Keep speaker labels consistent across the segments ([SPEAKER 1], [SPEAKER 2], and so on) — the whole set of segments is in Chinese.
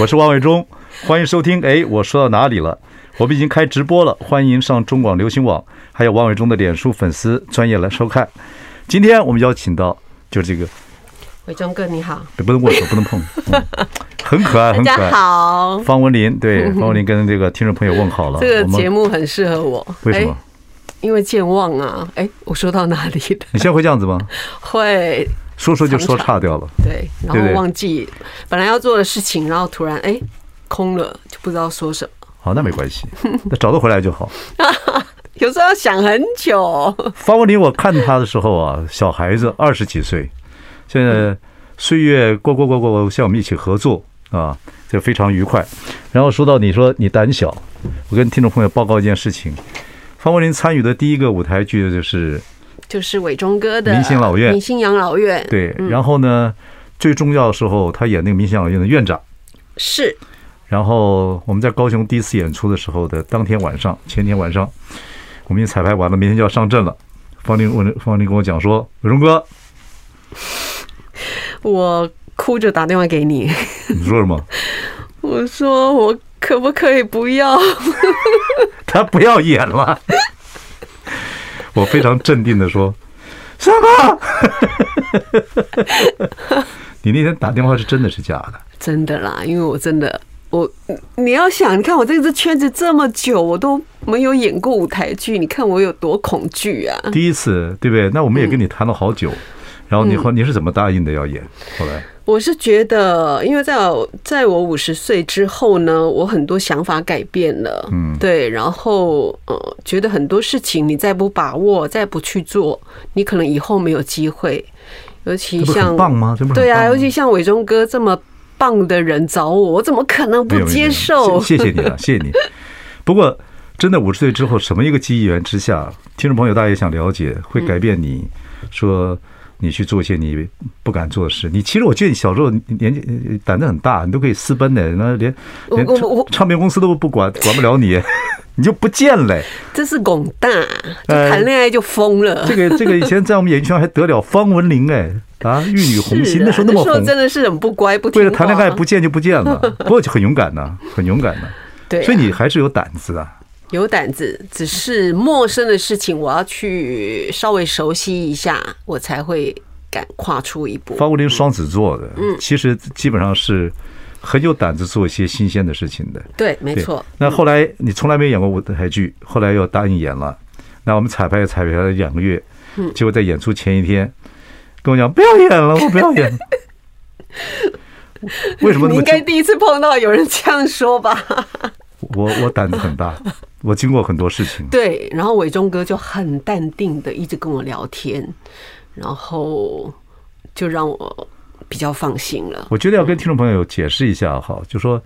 [SPEAKER 1] 我是王伟忠，欢迎收听。哎，我说到哪里了？我们已经开直播了，欢迎上中广流行网，还有王伟忠的脸书粉丝专业来收看。今天我们邀请到就是这个，
[SPEAKER 2] 伟忠哥你好，
[SPEAKER 1] 不能握手，不能碰，嗯很可爱，
[SPEAKER 2] 大
[SPEAKER 1] 很可
[SPEAKER 2] 家
[SPEAKER 1] 爱。
[SPEAKER 2] 好。
[SPEAKER 1] 方文琳，对， 方文琳跟这个听众朋友问好了。
[SPEAKER 2] 哦这个
[SPEAKER 1] 我们
[SPEAKER 2] 节目很适合我，
[SPEAKER 1] 为什么
[SPEAKER 2] 哎？因为健忘啊！哎，我说到哪里了？
[SPEAKER 1] 你现在会这样子吗？
[SPEAKER 2] 会
[SPEAKER 1] 说说就说
[SPEAKER 2] 常常
[SPEAKER 1] 岔掉了。
[SPEAKER 2] 对，然
[SPEAKER 1] 对对
[SPEAKER 2] 后忘记本来要做的事情，然后突然哎空了，就不知道说什么。
[SPEAKER 1] 好，那没关系，那找得回来就好。
[SPEAKER 2] 有时候要想很久，
[SPEAKER 1] 方文琳，我看他的时候啊，小孩子二十几岁，现在岁月过过过过过，像我们一起合作啊，就非常愉快。然后说到你说你胆小，我跟听众朋友报告一件事情，方文琳参与的第一个舞台剧就是
[SPEAKER 2] 就是伟忠哥的
[SPEAKER 1] 明星老院
[SPEAKER 2] 明星养老院，
[SPEAKER 1] 对，
[SPEAKER 2] 嗯
[SPEAKER 1] 然后呢，最重要的时候他演那个民享老院的院长。
[SPEAKER 2] 是
[SPEAKER 1] 然后我们在高雄第一次演出的时候的当天晚上，前天晚上，我们已经彩排完了，明天就要上阵了。方林问方林跟我讲说：“伟忠哥，
[SPEAKER 2] 我哭着打电话给你，
[SPEAKER 1] 你说什么？
[SPEAKER 2] 我说我可不可以不要？
[SPEAKER 1] 他不要演了。”我非常镇定的说：“ 什么？ 你那天打电话是真的是假的？
[SPEAKER 2] 真的啦，因为我真的，我你要想，你看我在这圈子这么久，我都没有演过舞台剧，你看我有多恐惧啊！
[SPEAKER 1] 第一次对不对？那我们也跟你谈了好久，然后你后你是怎么答应的要演？后来
[SPEAKER 2] 我是觉得，因为在我在我五十岁之后呢，我很多想法改变了，
[SPEAKER 1] 嗯
[SPEAKER 2] 对，然后呃，觉得很多事情你再不把握，再不去做，你可能以后没有机会。尤其
[SPEAKER 1] 这不是
[SPEAKER 2] 像
[SPEAKER 1] 很棒吗？这不是很
[SPEAKER 2] 对啊，
[SPEAKER 1] 棒吗
[SPEAKER 2] 尤其像伟忠哥这么棒的人找我，我怎么可能
[SPEAKER 1] 没
[SPEAKER 2] 不
[SPEAKER 1] 有没有没
[SPEAKER 2] 接
[SPEAKER 1] 有
[SPEAKER 2] 受？
[SPEAKER 1] 谢谢谢你 啊，谢谢你。不过，真的五十岁之后，什么一个机缘之下，听众朋友大家也想了解，会改变你，
[SPEAKER 2] 嗯
[SPEAKER 1] 说你去做一些你不敢做的事。你其实我觉得你小时候年纪呃胆子很大，你都可以私奔的，那连
[SPEAKER 2] 我
[SPEAKER 1] 连
[SPEAKER 2] 我我
[SPEAKER 1] 唱片公司都不管，管不了你。你就不见了，
[SPEAKER 2] 这是拱大，就
[SPEAKER 1] 哎
[SPEAKER 2] 谈恋爱就疯了。
[SPEAKER 1] 这个这个以前在我们演艺圈还得了方文琳哎啊，玉女红
[SPEAKER 2] 是
[SPEAKER 1] 心
[SPEAKER 2] 啊
[SPEAKER 1] 那时候那么红，
[SPEAKER 2] 真的啊是很不乖，不听
[SPEAKER 1] 为
[SPEAKER 2] 话。
[SPEAKER 1] 了谈恋爱不见就不见了，不过就很勇敢呐、很勇敢呐、
[SPEAKER 2] 对啊、
[SPEAKER 1] 所以你还是有胆子啊。
[SPEAKER 2] 有胆子，只是陌生的事情，我要去稍微熟悉一下，我才会敢跨出一步。
[SPEAKER 1] 方国林双子座的，
[SPEAKER 2] 嗯
[SPEAKER 1] 其实基本上是很有胆子做一些新鲜的事情的。
[SPEAKER 2] 对，没
[SPEAKER 1] 对
[SPEAKER 2] 错，。嗯
[SPEAKER 1] 那后来你从来没演过舞台剧，后来又答应演了。那我们彩排也彩排了两个月，
[SPEAKER 2] 嗯
[SPEAKER 1] 结果在演出前一天跟我讲不要演了，我不要 演了。为什么那么
[SPEAKER 2] 你
[SPEAKER 1] 惊
[SPEAKER 2] 应该第一次碰到有人这样说吧？
[SPEAKER 1] 我我胆子很大，我经过很多事情。
[SPEAKER 2] 对，然后伟忠哥就很淡定的一直跟我聊天，然后就让我比较放心了。
[SPEAKER 1] 我觉得要跟听众朋友解释一下哈，就说，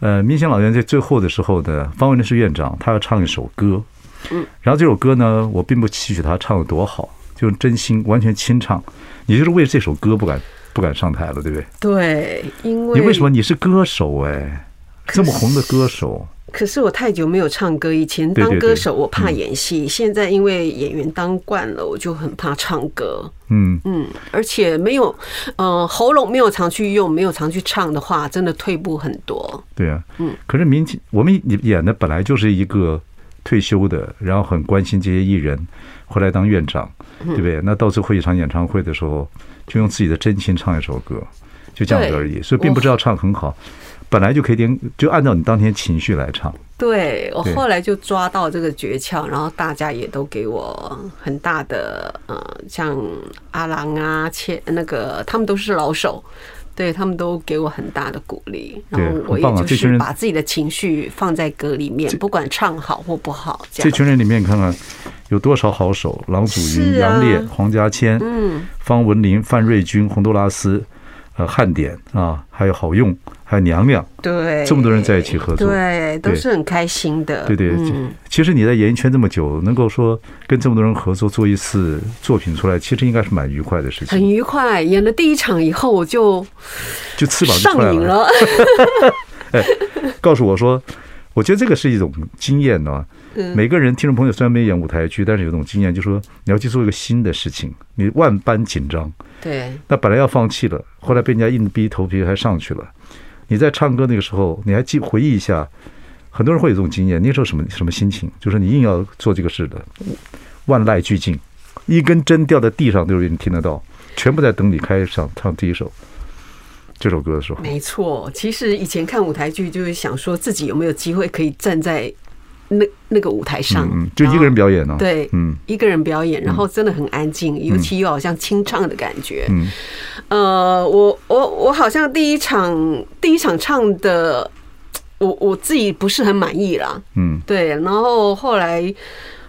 [SPEAKER 1] 呃，民星老院在最后的时候呢，方文琳是院长，他要唱一首歌，嗯，然后这首歌呢，我并不期许他唱的多好，就是真心完全清唱，你就是为这首歌不敢不敢上台了，对不对？
[SPEAKER 2] 对，因为
[SPEAKER 1] 你为什么你是歌手哎，这么红的歌手，
[SPEAKER 2] 可是我太久没有唱歌，以前
[SPEAKER 1] 对
[SPEAKER 2] 当
[SPEAKER 1] 对对嗯
[SPEAKER 2] 歌手我怕演戏，现在因为演员当惯了，我就很怕唱歌。
[SPEAKER 1] 嗯，
[SPEAKER 2] 嗯，而且没有，呃，喉咙没有常去用，没有常去唱的话，真的退步很多。
[SPEAKER 1] 对啊，嗯，可是民我们演的本来就是一个退休的，然后很关心这些艺人，后来当院长，
[SPEAKER 2] 嗯
[SPEAKER 1] 对不对？那到最后一场演唱会的时候，就用自己的真情唱一首歌，就这样子而已，所以并不知道唱很好，本来就可以点，就按照你当天情绪来唱。
[SPEAKER 2] 对我
[SPEAKER 1] 对
[SPEAKER 2] 后来就抓到这个诀窍，然后大家也都给我很大的，呃，像阿郎啊、切那个，他们都是老手。对他们都给我很大的鼓励，然后
[SPEAKER 1] 对
[SPEAKER 2] 我
[SPEAKER 1] 很棒啊
[SPEAKER 2] 也就
[SPEAKER 1] 这群
[SPEAKER 2] 是
[SPEAKER 1] 人
[SPEAKER 2] 把自己的情绪放在歌里面，不管唱好或不好，这
[SPEAKER 1] 这
[SPEAKER 2] 样。
[SPEAKER 1] 群人里面，你看看有多少好手：郎祖云、
[SPEAKER 2] 是啊
[SPEAKER 1] 杨烈、黄家千、
[SPEAKER 2] 嗯，
[SPEAKER 1] 方文琳、范瑞军、洪都拉斯、呃汉典啊，还有好用，还有娘娘，
[SPEAKER 2] 对，
[SPEAKER 1] 这么多人在一起合作
[SPEAKER 2] 对，都
[SPEAKER 1] 对
[SPEAKER 2] 是很开心的，
[SPEAKER 1] 对对，
[SPEAKER 2] 嗯
[SPEAKER 1] 其实你在演艺圈这么久，能够说跟这么多人合作做一次作品出来，其实应该是蛮愉快的事
[SPEAKER 2] 很
[SPEAKER 1] 情，
[SPEAKER 2] 愉快。演了第一场以后，我就
[SPEAKER 1] 就翅膀就
[SPEAKER 2] 上
[SPEAKER 1] 出来
[SPEAKER 2] 瘾
[SPEAKER 1] 了。
[SPEAKER 2] 了，
[SPEAKER 1] 告诉我说，我觉得这个是一种经验呢、
[SPEAKER 2] 嗯
[SPEAKER 1] 每个人听众朋友虽然没演舞台剧，但是有种经验，就是说你要去做一个新的事情，你万般紧张，
[SPEAKER 2] 对
[SPEAKER 1] 那本来要放弃了，后来被人家硬逼头皮还上去了。你在唱歌那个时候，你还记回忆一下，很多人会有这种经验。那时候什么什么心情？就是你硬要做这个事的，万籁俱静，一根针掉在地上都有人听得到，全部在等你开场唱第一首这首歌的时候。
[SPEAKER 2] 没错，其实以前看舞台剧就是想说自己有没有机会可以站在那那个舞台上，
[SPEAKER 1] 嗯，就一个人表演呢、
[SPEAKER 2] 然后哦对，
[SPEAKER 1] 嗯
[SPEAKER 2] 一个人表演，然后真的很安静，尤其又好像清唱的感觉。
[SPEAKER 1] 嗯，
[SPEAKER 2] 呃，我我我好像第一场第一场唱的，我我自己不是很满意啦，
[SPEAKER 1] 嗯
[SPEAKER 2] 对，然后后来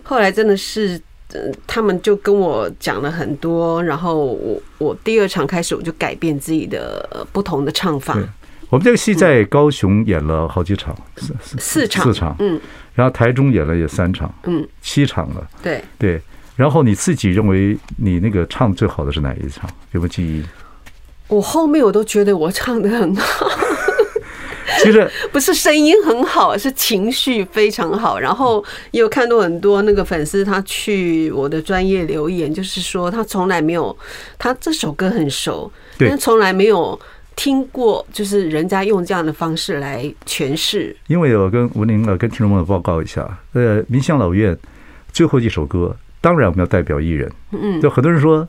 [SPEAKER 2] 后来真的是。呃他们就跟我讲了很多，然后我我第二场开始我就改变自己的呃不同的唱法，
[SPEAKER 1] 对我们这个戏在高雄演了好几场，四
[SPEAKER 2] 四场，
[SPEAKER 1] 四场，
[SPEAKER 2] 嗯
[SPEAKER 1] 然后台中演了也三场，
[SPEAKER 2] 嗯，
[SPEAKER 1] 七场了。
[SPEAKER 2] 对，
[SPEAKER 1] 对，然后你自己认为你那个唱最好的是哪一场？有没有记忆？
[SPEAKER 2] 我后面我都觉得我唱的很好，
[SPEAKER 1] 其实
[SPEAKER 2] 不是声音很好，是情绪非常好。然后也有看到很多那个粉丝，他去我的专业留言，就是说他从来没有，他这首歌很熟，
[SPEAKER 1] 对
[SPEAKER 2] 但从来没有听过，就是人家用这样的方式来诠释。
[SPEAKER 1] 因为我跟文玲呃跟听众朋友报告一下，呃，《民香老院》最后一首歌，当然我们要代表艺人，
[SPEAKER 2] 嗯，
[SPEAKER 1] 就很多人说，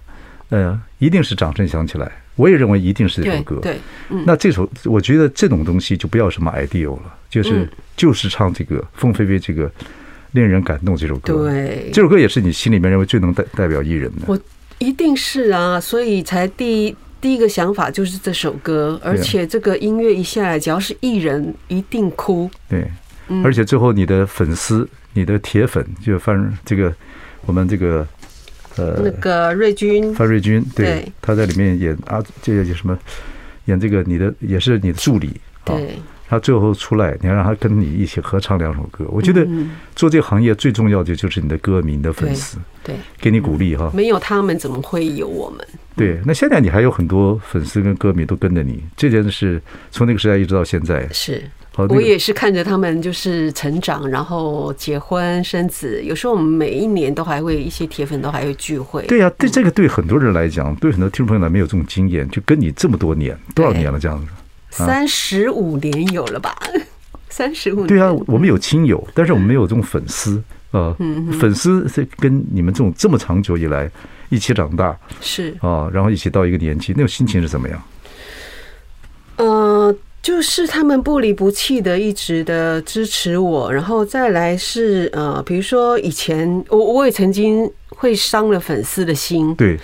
[SPEAKER 1] 呃，一定是掌声响起来，我也认为一定是这首
[SPEAKER 2] 对嗯
[SPEAKER 1] 歌。嗯
[SPEAKER 2] 对，
[SPEAKER 1] 那这首我觉得这种东西就不要什么 ideal 了，就是
[SPEAKER 2] 嗯
[SPEAKER 1] 就是唱这个凤飞飞这个令人感动这首歌。，
[SPEAKER 2] 对，
[SPEAKER 1] 这首歌也是你心里面认为最能代代表艺人的。
[SPEAKER 2] 我一定是啊，所以才第一第一个想法就是这首歌，
[SPEAKER 1] 啊
[SPEAKER 2] 而且这个音乐一下来，只要是艺人一定哭。
[SPEAKER 1] 对，
[SPEAKER 2] 嗯
[SPEAKER 1] 而且最后你的粉丝、你的铁粉，就范这个我们这个
[SPEAKER 2] 那
[SPEAKER 1] 呃
[SPEAKER 2] 个瑞君，
[SPEAKER 1] 范瑞军，对
[SPEAKER 2] 对，
[SPEAKER 1] 他在里面演啊，这个叫什么？演这个你的也是你的助理啊。
[SPEAKER 2] 对，
[SPEAKER 1] 他最后出来，你要让他跟你一起合唱两首歌。我觉得
[SPEAKER 2] 嗯
[SPEAKER 1] 做这个行业最重要的就是你的歌迷、你的粉
[SPEAKER 2] 对嗯
[SPEAKER 1] 丝
[SPEAKER 2] 对，
[SPEAKER 1] 给你鼓励哈。
[SPEAKER 2] 没有他们怎么会有我们？
[SPEAKER 1] 对，那现在你还有很多粉丝跟歌迷都跟着你，这件事从那个时代一直到现在。
[SPEAKER 2] 是。
[SPEAKER 1] 好，那
[SPEAKER 2] 我
[SPEAKER 1] 个
[SPEAKER 2] 也是看着他们就是成长，然后结婚生子。有时候我们每一年都还会一些铁粉都还会聚会，
[SPEAKER 1] 对呀、啊对这个对很多人来讲，对很多听众朋友来没有这种经验，就跟你这么多年，多少年了这样子？
[SPEAKER 2] 嗯三十五年有了吧？ 三十五年，
[SPEAKER 1] 对啊，我们有亲友，但是我们没有这种粉丝。呃，
[SPEAKER 2] 嗯
[SPEAKER 1] 粉丝是跟你们这种这么长久以来一起长大
[SPEAKER 2] 是
[SPEAKER 1] 啊，然后一起到一个年纪，那种心情是怎么样？
[SPEAKER 2] 呃，就是他们不离不弃的，一直的支持我，然后再来是呃，比如说以前我我也曾经会伤了粉丝的心，
[SPEAKER 1] 对，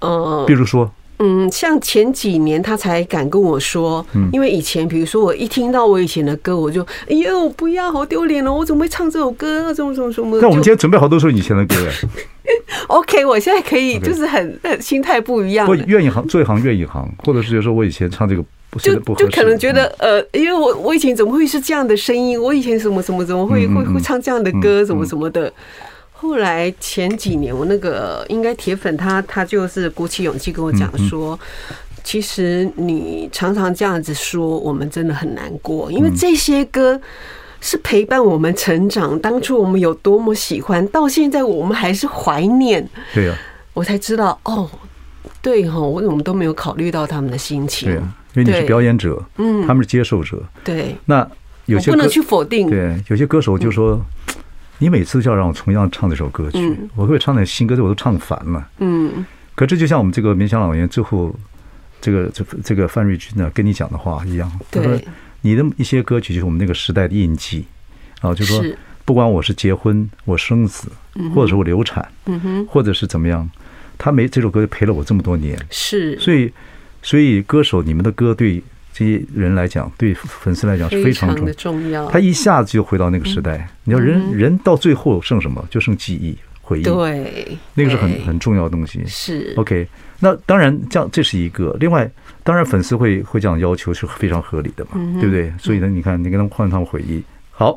[SPEAKER 2] 呃
[SPEAKER 1] 比，如说，
[SPEAKER 2] 嗯，像前几年他才敢跟我说，
[SPEAKER 1] 嗯
[SPEAKER 2] 因为以前比如说我一听到我以前的歌，我就哎呦不要，好丢脸哦，我怎么会唱这首歌，怎么怎么怎么，
[SPEAKER 1] 但我们今
[SPEAKER 2] 就
[SPEAKER 1] 天准备好多首以前的歌， 哎
[SPEAKER 2] OK，我现在可以
[SPEAKER 1] OK
[SPEAKER 2] 就是很很心态不一样
[SPEAKER 1] 我
[SPEAKER 2] 了，
[SPEAKER 1] 愿意行，做一行愿意行，或者是说我以前唱这个不现
[SPEAKER 2] 就
[SPEAKER 1] 在不合适，嗯
[SPEAKER 2] 就可能觉得呃，因为我我以前怎么会是这样的声音？我以前怎么怎么怎么会
[SPEAKER 1] 嗯嗯
[SPEAKER 2] 会
[SPEAKER 1] 嗯
[SPEAKER 2] 会唱这样的歌，怎么怎么的。后来前几年，我那个应该铁粉他他就是鼓起勇气跟我
[SPEAKER 1] 嗯
[SPEAKER 2] 讲说，其实你常常这样子说，我们真的很难过，因为
[SPEAKER 1] 嗯
[SPEAKER 2] 这些歌。是陪伴我们成长，当初我们有多么喜欢，到现在我们还是怀念。
[SPEAKER 1] 嗯对呀、
[SPEAKER 2] 我才知道哦，对哈、我怎么都没有考虑到他们的心情。
[SPEAKER 1] 对呀、啊因为你是
[SPEAKER 2] 对
[SPEAKER 1] 表演者，
[SPEAKER 2] 嗯
[SPEAKER 1] 他们是接受者，
[SPEAKER 2] 对，
[SPEAKER 1] 那有
[SPEAKER 2] 我
[SPEAKER 1] 些
[SPEAKER 2] 不能
[SPEAKER 1] 歌
[SPEAKER 2] 去否定。
[SPEAKER 1] 对，有些歌手就说，你每次就要让我重样唱这首歌曲，
[SPEAKER 2] 嗯
[SPEAKER 1] 我会不会唱点新歌，这我都唱烦了。
[SPEAKER 2] 嗯，
[SPEAKER 1] 可这就像我们这个冥想老人最后这个这这个范瑞军呢跟你讲的话一样，他说
[SPEAKER 2] 对
[SPEAKER 1] 你的一些歌曲就是我们那个时代的印记啊，就说
[SPEAKER 2] 是
[SPEAKER 1] 不管我是结婚、我生子，或者是我流产，
[SPEAKER 2] 嗯哼，
[SPEAKER 1] 或者是怎么样，他没这首歌陪了我这么多年，
[SPEAKER 2] 是
[SPEAKER 1] 所以所以歌手你们的歌对这些人来讲，对粉丝来讲是非
[SPEAKER 2] 非
[SPEAKER 1] 常
[SPEAKER 2] 常
[SPEAKER 1] 重要
[SPEAKER 2] 的。重要嗯
[SPEAKER 1] 他。一下子就回到那个时代。你要人人到最后剩什么？就剩记忆，回忆，
[SPEAKER 2] 对，
[SPEAKER 1] 那个是很
[SPEAKER 2] 对
[SPEAKER 1] 很重要的东西。
[SPEAKER 2] 是
[SPEAKER 1] OK，那当然，这样这是一个。另外，当然粉丝会会这样要求是非常合理的嘛，
[SPEAKER 2] 嗯
[SPEAKER 1] 对不对？所以呢，你看，你跟他们换趟回忆。好，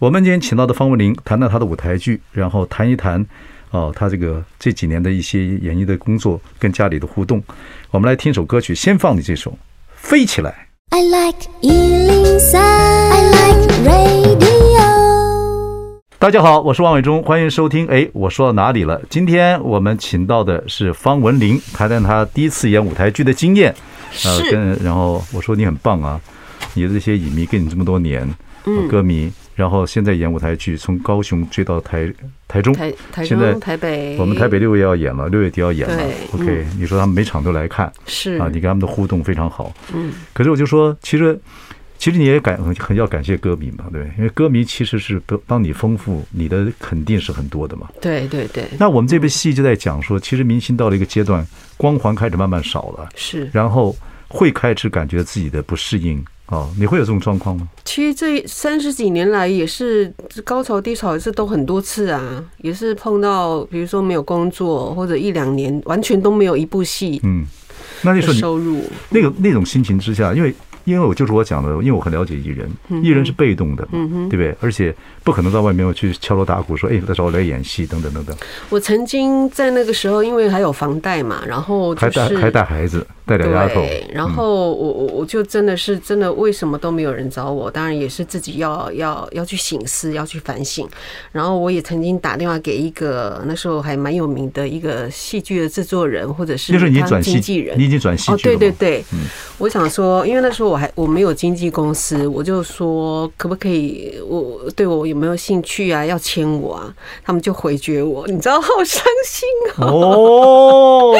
[SPEAKER 1] 我们今天请到的方文琳谈谈她的舞台剧，然后谈一谈哦，她这个这几年的一些演艺的工作跟家里的互动。我们来听首歌曲，先放你这首《飞起来》。
[SPEAKER 3] I like Ealing Sound. I like radio.
[SPEAKER 1] 大家好，我是王伟忠，欢迎收听。哎，我说到哪里了？今天我们请到的是方文琳，谈谈她第一次演舞台剧的经验。呃，
[SPEAKER 2] 是
[SPEAKER 1] 跟然后我说你很棒啊，你的这些影迷跟你这么多年，
[SPEAKER 2] 嗯
[SPEAKER 1] 呃歌迷，然后现在演舞台剧，从高雄追到台台中，
[SPEAKER 2] 台台
[SPEAKER 1] 现在
[SPEAKER 2] 中、台北，
[SPEAKER 1] 我们台北六月要演了，六月底要演了。
[SPEAKER 2] 对嗯
[SPEAKER 1] OK，、你说他们每场都来看
[SPEAKER 2] 是
[SPEAKER 1] 啊，你跟他们的互动非常好。
[SPEAKER 2] 嗯，
[SPEAKER 1] 可是我就说，其实其实你也感很很要感谢歌迷嘛，对不对，因为歌迷其实是帮帮你丰富你的肯定是很多的嘛。
[SPEAKER 2] 对对对，
[SPEAKER 1] 那我们这部戏就在讲说，其实明星到了一个阶段，光环开始慢慢少了，
[SPEAKER 2] 是。
[SPEAKER 1] 然后会开始感觉自己的不适应哦，你会有这种状况吗？
[SPEAKER 2] 其实这三十几年来也是高潮低潮也是都很多次啊，也是碰到比如说没有工作或者一两年完全都没有一部戏
[SPEAKER 1] 嗯，那那
[SPEAKER 2] 的
[SPEAKER 1] 时候你
[SPEAKER 2] 收入，
[SPEAKER 1] 那个那种心情之下，因为因为我就是我讲的，因为我很了解艺人，艺人是被动的嘛，对不对？而且不可能到外面去敲锣打鼓说，哎，来找我来演戏，等等等等，
[SPEAKER 2] 我曾经在那个时候，因为还有房贷嘛，然后
[SPEAKER 1] 还
[SPEAKER 2] 就
[SPEAKER 1] 带
[SPEAKER 2] 是
[SPEAKER 1] 还带孩子，带俩丫头，嗯
[SPEAKER 2] 对，然后我我我就真的是真的，为什么都没有人找我？当然也是自己要要要去醒思，要去反省。然后我也曾经打电话给一个那时候还蛮有名的一个戏剧的制作人，或者是
[SPEAKER 1] 那时候你已经
[SPEAKER 2] 他
[SPEAKER 1] 转
[SPEAKER 2] 经纪
[SPEAKER 1] 戏
[SPEAKER 2] 人，，
[SPEAKER 1] 你已经转戏
[SPEAKER 2] 哦，
[SPEAKER 1] 剧了
[SPEAKER 2] 对
[SPEAKER 1] 吗，嗯
[SPEAKER 2] 对对，我想说，因为那时候我还我没有经纪公司，我就说可不可以，我我对我有没有兴趣啊？要签我啊？他们就回绝我，你知道，好伤心啊！
[SPEAKER 1] 哦，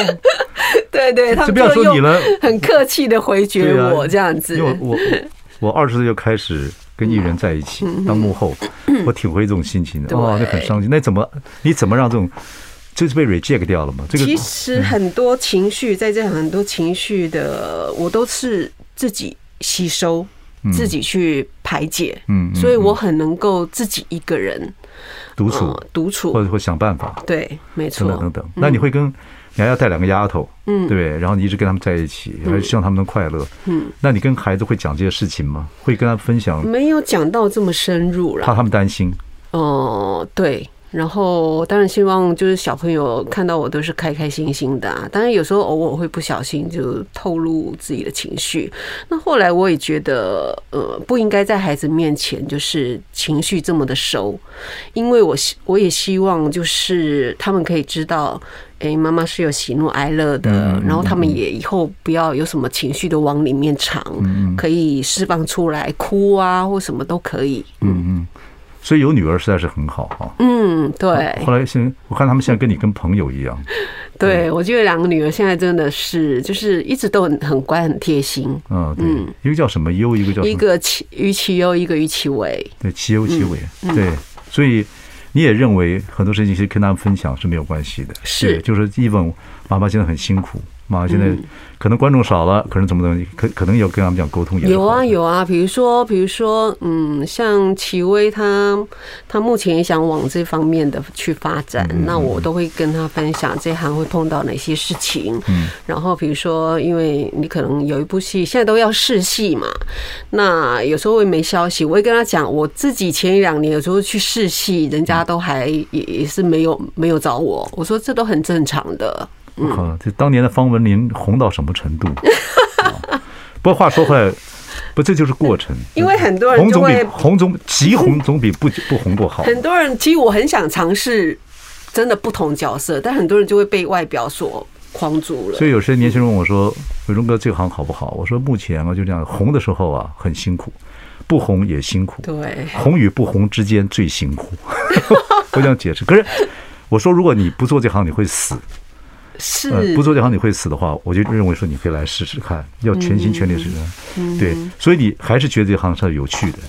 [SPEAKER 2] 对对，他
[SPEAKER 1] 这
[SPEAKER 2] 们
[SPEAKER 1] 不要
[SPEAKER 2] 就
[SPEAKER 1] 说你
[SPEAKER 2] 用
[SPEAKER 1] 了，
[SPEAKER 2] 很客气的回绝
[SPEAKER 1] 对啊
[SPEAKER 2] 我这样子
[SPEAKER 1] 因。为 我我二十岁就开始跟艺人在一起当幕后，我体会这种心情的，哦
[SPEAKER 2] 嗯对
[SPEAKER 1] 哇，那很伤心。那怎么你怎么让这种这是被 reject 掉了吗？这个
[SPEAKER 2] 其实很多情绪，在这很多情绪的，我都是自己吸收，自己去排解。
[SPEAKER 1] 嗯，嗯
[SPEAKER 2] 所以我很能够自己一个人
[SPEAKER 1] 独处
[SPEAKER 2] 呃独处
[SPEAKER 1] 或，者会想办法。
[SPEAKER 2] 对，没
[SPEAKER 1] 等等
[SPEAKER 2] 错
[SPEAKER 1] 等，
[SPEAKER 2] 嗯
[SPEAKER 1] 等。那你会跟你还要带两个丫头，嗯，对不对？然后你一直跟他们在一起，
[SPEAKER 2] 嗯
[SPEAKER 1] 还希望他们能快乐，嗯。那你跟孩子会讲这些事情吗？会跟他分享，
[SPEAKER 2] 没有讲到这么深入
[SPEAKER 1] 怕
[SPEAKER 2] 啦。
[SPEAKER 1] 他们担心。
[SPEAKER 2] 哦，对。然后，当然希望就是小朋友看到我都是开开心心的、啊。当然，有时候偶尔会不小心就透露自己的情绪。那后来我也觉得，呃，不应该在孩子面前就是情绪这么的收，因为我希我也希望就是他们可以知道，诶，妈妈是有喜怒哀乐的
[SPEAKER 1] 嗯，
[SPEAKER 2] 然后他们也以后不要有什么情绪都往里面藏，
[SPEAKER 1] 嗯
[SPEAKER 2] 可以释放出来，哭啊或什么都可以。
[SPEAKER 1] 所以有女儿实在是很好哈、
[SPEAKER 2] 嗯，对
[SPEAKER 1] 后来现在我看他们现在跟你跟朋友一样，
[SPEAKER 2] 对，我觉得两个女儿现在真的是就是一直都很很乖很贴心，
[SPEAKER 1] 嗯，对，一个叫什么优，一个叫什
[SPEAKER 2] 一
[SPEAKER 1] 么
[SPEAKER 2] 个齐于其优，一个于其伟。
[SPEAKER 1] 对其优其伟，
[SPEAKER 2] 嗯
[SPEAKER 1] 对，所以。你也认为很多事情其实跟他们分享是没有关系的，
[SPEAKER 2] 是嗯
[SPEAKER 1] 对就是 even 妈妈现在很辛苦，妈妈现在可能观众少了，可能怎么怎么，可可能有跟他们讲沟通也是
[SPEAKER 2] 有
[SPEAKER 1] 好
[SPEAKER 2] 啊
[SPEAKER 1] 的
[SPEAKER 2] 有啊，比如说比如说，嗯，像齐薇她，她目前也想往这方面的去发展，
[SPEAKER 1] 嗯
[SPEAKER 2] 那我都会跟她分享这行会碰到哪些事情。
[SPEAKER 1] 嗯，
[SPEAKER 2] 然后比如说，因为你可能有一部戏现在都要试戏嘛，那有时候会没消息，我会跟她讲，我自己前一两年有时候去试戏，人
[SPEAKER 1] 嗯
[SPEAKER 2] 家都还也也是没有没有找我，我说这都很正常的。
[SPEAKER 1] 啊，这当年的方文琳红到什么程 度？啊不过话说回来，不这就是过程。
[SPEAKER 2] 因为很多人
[SPEAKER 1] 红
[SPEAKER 2] 就
[SPEAKER 1] 总比
[SPEAKER 2] 会
[SPEAKER 1] 红总急红总比不不红不好。
[SPEAKER 2] 很多人其实我很想尝试真的不同角色，但很多人就会被外表所框住了。
[SPEAKER 1] 所以有些年轻人问我说：“伟忠哥，这行好不好？”我说：“目前啊，就这样，红的时候啊很辛苦，不红也辛苦，
[SPEAKER 2] 对，
[SPEAKER 1] 红与不红之间最辛苦。” 我想解释，可是我说，如果你不做这行，你会死。
[SPEAKER 2] 是、
[SPEAKER 1] 呃，不做这行你会死的话，我就认为说你可以来试试看，要全心全力试试
[SPEAKER 2] 嗯
[SPEAKER 1] 看。对，所以你还是觉得这行是有趣的。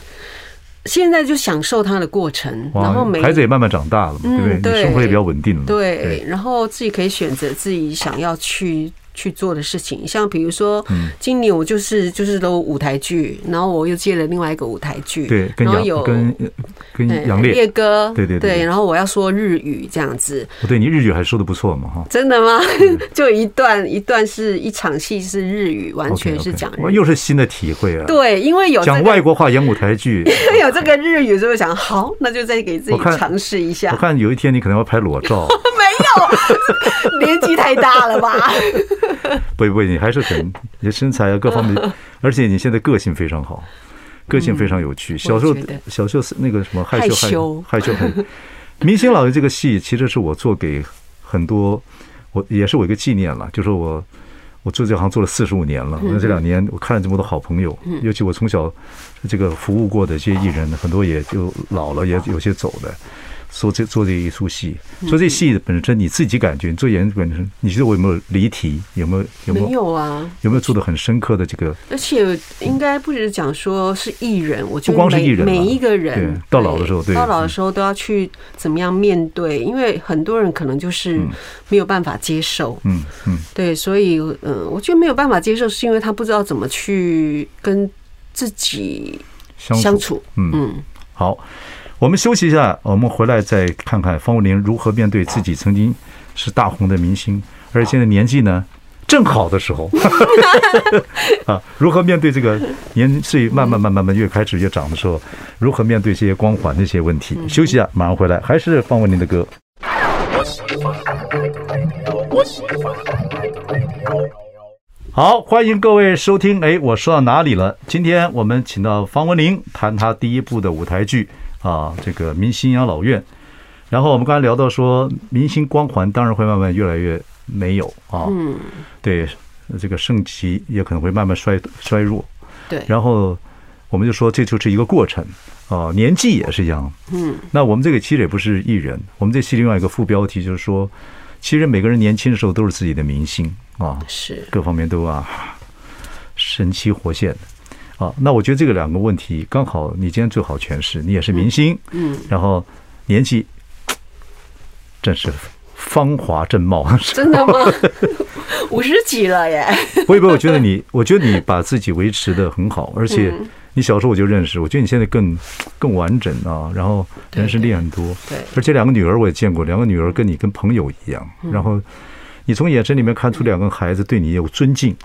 [SPEAKER 2] 现在就享受它的过程，
[SPEAKER 1] 哇
[SPEAKER 2] 然后每
[SPEAKER 1] 孩子也慢慢长大了嘛，对不对？
[SPEAKER 2] 嗯对
[SPEAKER 1] 你生活也比较稳定了嘛。
[SPEAKER 2] 对，然后自己可以选择自己想要去去做的事情。像比如说，今年我就是就是都舞台剧，然后我又接了另外一个舞台剧，
[SPEAKER 1] 对，跟
[SPEAKER 2] 然后
[SPEAKER 1] 杨
[SPEAKER 2] 有
[SPEAKER 1] 跟
[SPEAKER 2] 哎
[SPEAKER 1] 跟杨烈，
[SPEAKER 2] 哥，
[SPEAKER 1] 对对对对
[SPEAKER 2] 然后我要说日语这样子，
[SPEAKER 1] 我对你日语还说的不错嘛哈。
[SPEAKER 2] 真的吗？
[SPEAKER 1] 嗯
[SPEAKER 2] 就一段一段是一场戏是日语，完
[SPEAKER 1] OK，
[SPEAKER 2] 全
[SPEAKER 1] OK，
[SPEAKER 2] 是讲日
[SPEAKER 1] 我
[SPEAKER 2] 语。
[SPEAKER 1] 又是新的体会啊。，
[SPEAKER 2] 对，因为有这
[SPEAKER 1] 讲
[SPEAKER 2] 个
[SPEAKER 1] 外国话演舞台剧，
[SPEAKER 2] 有这个日语，就会想好，那就再给自己
[SPEAKER 1] 我看
[SPEAKER 2] 尝试一
[SPEAKER 1] 我
[SPEAKER 2] 下。
[SPEAKER 1] 看有一天你可能要拍裸照，
[SPEAKER 2] 没有， 年纪太大了 吧？
[SPEAKER 1] 不不，你还是很，你的身材啊各方
[SPEAKER 2] 嗯
[SPEAKER 1] 面，而且你现在个性非常好，个性非常有趣。小时候
[SPEAKER 2] 嗯觉得
[SPEAKER 1] 小时候是那个什么害羞
[SPEAKER 2] 害羞
[SPEAKER 1] 害 羞很，明星老爷这个戏其实是我做给很多，我也是我一个纪念了，就说我我做这行做了四十五年了，那这两年我看了这么多好朋友，尤其我从小这个服务过的这些艺人，很多也就老了，也有些走了。做这做这一出戏，做这戏本身你自己感觉，你做演员本身，你觉得我有没有离题？有没有有没有
[SPEAKER 2] 没有啊，
[SPEAKER 1] 有没有做的很深刻的这个？
[SPEAKER 2] 而且应该不只是讲说是艺人，我觉
[SPEAKER 1] 不
[SPEAKER 2] 得
[SPEAKER 1] 光是
[SPEAKER 2] 每
[SPEAKER 1] 艺人啊
[SPEAKER 2] 每一个
[SPEAKER 1] 对
[SPEAKER 2] 人
[SPEAKER 1] 到老的时候对嗯
[SPEAKER 2] 到老的时候都要去怎么样面对，因为很多人可能就是没有办法接受，
[SPEAKER 1] 嗯嗯，
[SPEAKER 2] 对，所以嗯，我觉得没有办法接受，是因为他不知道怎么去跟自己
[SPEAKER 1] 相
[SPEAKER 2] 相处，
[SPEAKER 1] 嗯
[SPEAKER 2] 嗯，
[SPEAKER 1] 好，我们休息一下，我们回来再看看方文琳如何面对自己曾经是大红的明星，而现在年纪呢正好的时候啊，如何面对这个年岁慢慢慢慢慢越开始越长的时候，如何面对这些光环这些问题？休息一下，马上回来，还是方文琳的歌。好，欢迎各位收听。哎，我说到哪里了？今天我们请到方文琳谈她第一部的舞台剧啊，这个《明星养老院》。然后我们刚才聊到说，明星光环当然会慢慢越来越没有啊，
[SPEAKER 2] 嗯，
[SPEAKER 1] 对，这个盛极也可能会慢慢衰衰弱。
[SPEAKER 2] 对，
[SPEAKER 1] 然后我们就说这就是一个过程啊、年纪也是一样。
[SPEAKER 2] 嗯，
[SPEAKER 1] 那我们这个其实也不是艺人，我们这期另外一个副标题就是说，其实每个人年轻的时候都是自己的明星啊，
[SPEAKER 2] 是，
[SPEAKER 1] 各方面都啊神气活现的啊。那我觉得这个两个问题刚好你今天最好诠释，你也是明星，
[SPEAKER 2] 嗯，
[SPEAKER 1] 然后年纪真是芳华正茂，
[SPEAKER 2] 真的吗？五十几了耶，
[SPEAKER 1] 不会不会，我觉得你，我觉得你把自己维持的很好，而且
[SPEAKER 2] 嗯
[SPEAKER 1] 你小时候我就认识，我觉得你现在更更完整啊，然后人生历练很多，
[SPEAKER 2] 对对
[SPEAKER 1] 而且两个女儿我也见过，两个女儿跟你跟朋友一样，
[SPEAKER 2] 嗯
[SPEAKER 1] 然后你从眼神里面看出两个孩子对你有尊敬，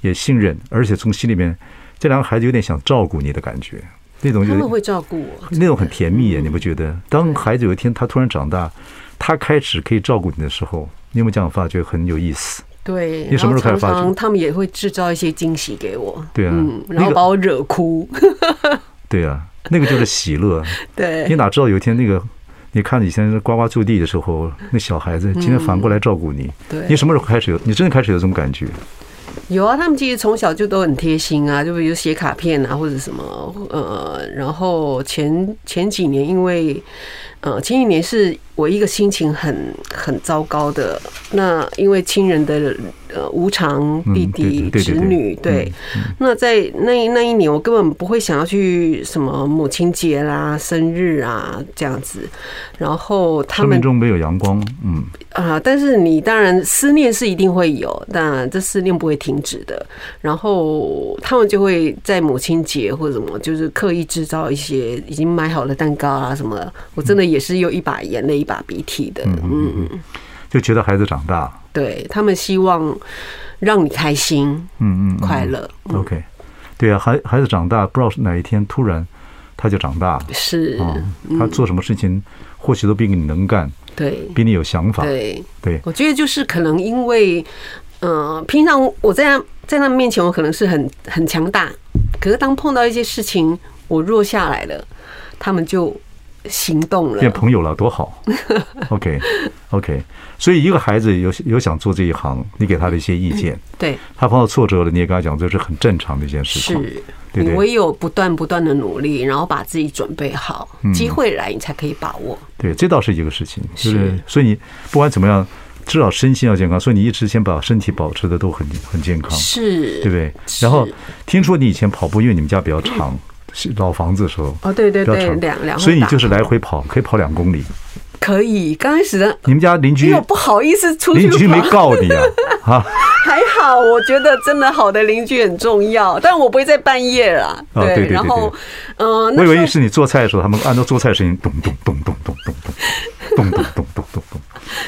[SPEAKER 1] 也信任，而且从心里面这两个孩子有点想照顾你的感觉，那种
[SPEAKER 2] 他
[SPEAKER 1] 就
[SPEAKER 2] 们
[SPEAKER 1] 是
[SPEAKER 2] 会嗯照顾我，
[SPEAKER 1] 那种很甜蜜耶，你不觉得？当孩子有一天他突然长大，他开始可以照顾你的时候，你有没有这样发觉很有意思？
[SPEAKER 2] 对，
[SPEAKER 1] 你
[SPEAKER 2] 然
[SPEAKER 1] 什么
[SPEAKER 2] 后
[SPEAKER 1] 时候开始
[SPEAKER 2] 常
[SPEAKER 1] 发觉
[SPEAKER 2] 常他们也会制造一些惊喜给我，
[SPEAKER 1] 对啊
[SPEAKER 2] 嗯，
[SPEAKER 1] 那
[SPEAKER 2] 然后
[SPEAKER 1] 个
[SPEAKER 2] 把我惹哭，
[SPEAKER 1] 对啊，那个就是喜乐。啊 你
[SPEAKER 2] 对，
[SPEAKER 1] 哪知道有一天那个，你看以前呱呱坠地的时候，那小孩子今天反过来照顾你，
[SPEAKER 2] 嗯对
[SPEAKER 1] 你什么时候开始有？你真的开始有这种感觉？
[SPEAKER 2] 有啊，他们其实从小就都很贴心啊，就比如写卡片啊或者什么，呃，然后前前几年因为，呃，前几年是我一个心情很很糟糕的，那因为亲人的呃无常，
[SPEAKER 1] 嗯
[SPEAKER 2] 弟
[SPEAKER 1] 对对对
[SPEAKER 2] 弟、
[SPEAKER 1] 对嗯
[SPEAKER 2] 侄
[SPEAKER 1] 对
[SPEAKER 2] 女，对，那在那一那一年，我根本不会想要去什么母亲节啦、生日啊这样子，然后他
[SPEAKER 1] 生命
[SPEAKER 2] 们
[SPEAKER 1] 中没有阳光，嗯，
[SPEAKER 2] 啊，但是你当然思念是一定会有，但这思念不会停止的。然后他们就会在母亲节或者什么，就是刻意制造一些已经买好了蛋糕啊什么的。我真的也是有一把眼泪一把鼻涕的，嗯，
[SPEAKER 1] 就觉得孩子长大，
[SPEAKER 2] 对他们希望让你开心、
[SPEAKER 1] 嗯嗯嗯
[SPEAKER 2] 快乐，嗯，
[SPEAKER 1] ，OK，对啊，孩孩子长大，不知道是哪一天突然他就长大了
[SPEAKER 2] 是，
[SPEAKER 1] 啊，
[SPEAKER 2] 嗯
[SPEAKER 1] 他做什么事情或许都比你能干，
[SPEAKER 2] 对，
[SPEAKER 1] 比你有想法，
[SPEAKER 2] 对。
[SPEAKER 1] 对，
[SPEAKER 2] 我觉得就是可能因为，呃，平常我在他在他们面前，我可能是很很强大，可是当碰到一些事情，我弱下来了，他们就行动了
[SPEAKER 1] 变。朋友了，多 好，OK OK，所以一个孩子有有想做这一行，你给他的一些意见。
[SPEAKER 2] 对，
[SPEAKER 1] 他碰到挫折了，你也跟他讲，这是很正常的一件事情。
[SPEAKER 2] 是。
[SPEAKER 1] 对
[SPEAKER 2] 你
[SPEAKER 1] 对
[SPEAKER 2] 唯有不断不断的努力，然后把自己准备好，
[SPEAKER 1] 嗯
[SPEAKER 2] 机会来你才可以把握。
[SPEAKER 1] 对，这倒是一个事情，就是
[SPEAKER 2] 是
[SPEAKER 1] 所以你不管怎么样，至少身心要健康，所以你一直先把身体保持的都很很健康，对不
[SPEAKER 2] 是，
[SPEAKER 1] 对？然后听说你以前跑步，因为你们家比较长，老房子的时候，
[SPEAKER 2] 哦，对对
[SPEAKER 1] 比较
[SPEAKER 2] 对，
[SPEAKER 1] 长，
[SPEAKER 2] 两两，
[SPEAKER 1] 所以你就是来回跑，可以跑两公里。
[SPEAKER 2] 可以。刚开始的，
[SPEAKER 1] 你们家邻
[SPEAKER 2] 因
[SPEAKER 1] 居
[SPEAKER 2] 为哎我不好意思出去
[SPEAKER 1] 邻居
[SPEAKER 2] 跑
[SPEAKER 1] 没告你 啊？啊，
[SPEAKER 2] 还好，我觉得真的好的邻居很重要，但我不会在半夜啦。
[SPEAKER 1] 哦对对对
[SPEAKER 2] 然后，嗯，
[SPEAKER 1] 我
[SPEAKER 2] 那
[SPEAKER 1] 以
[SPEAKER 2] 时
[SPEAKER 1] 为
[SPEAKER 2] 候
[SPEAKER 1] 是你做菜的时候，他们按照做菜的声音咚咚咚咚咚咚咚咚咚咚咚咚咚。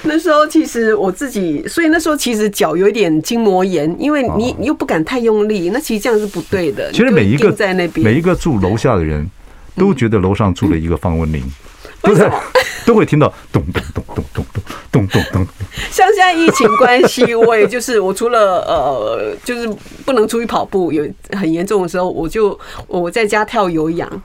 [SPEAKER 2] 那时候其实我自己，所以那时候其实脚有一点筋膜炎，因为你
[SPEAKER 1] 哦
[SPEAKER 2] 你又不敢太用力，那其实这样是不对的。
[SPEAKER 1] 其实每一
[SPEAKER 2] 你就
[SPEAKER 1] 个
[SPEAKER 2] 定在那边，
[SPEAKER 1] 每一个住楼下的人都觉得楼上住了一个方文琳，都
[SPEAKER 2] 为什
[SPEAKER 1] 在
[SPEAKER 2] 么
[SPEAKER 1] 都会听到咚咚咚咚咚咚咚咚咚。
[SPEAKER 2] 像现在疫情关系，我也就是我除了呃，就是不能出去跑步，有很严重的时候，我就我在家跳有氧，也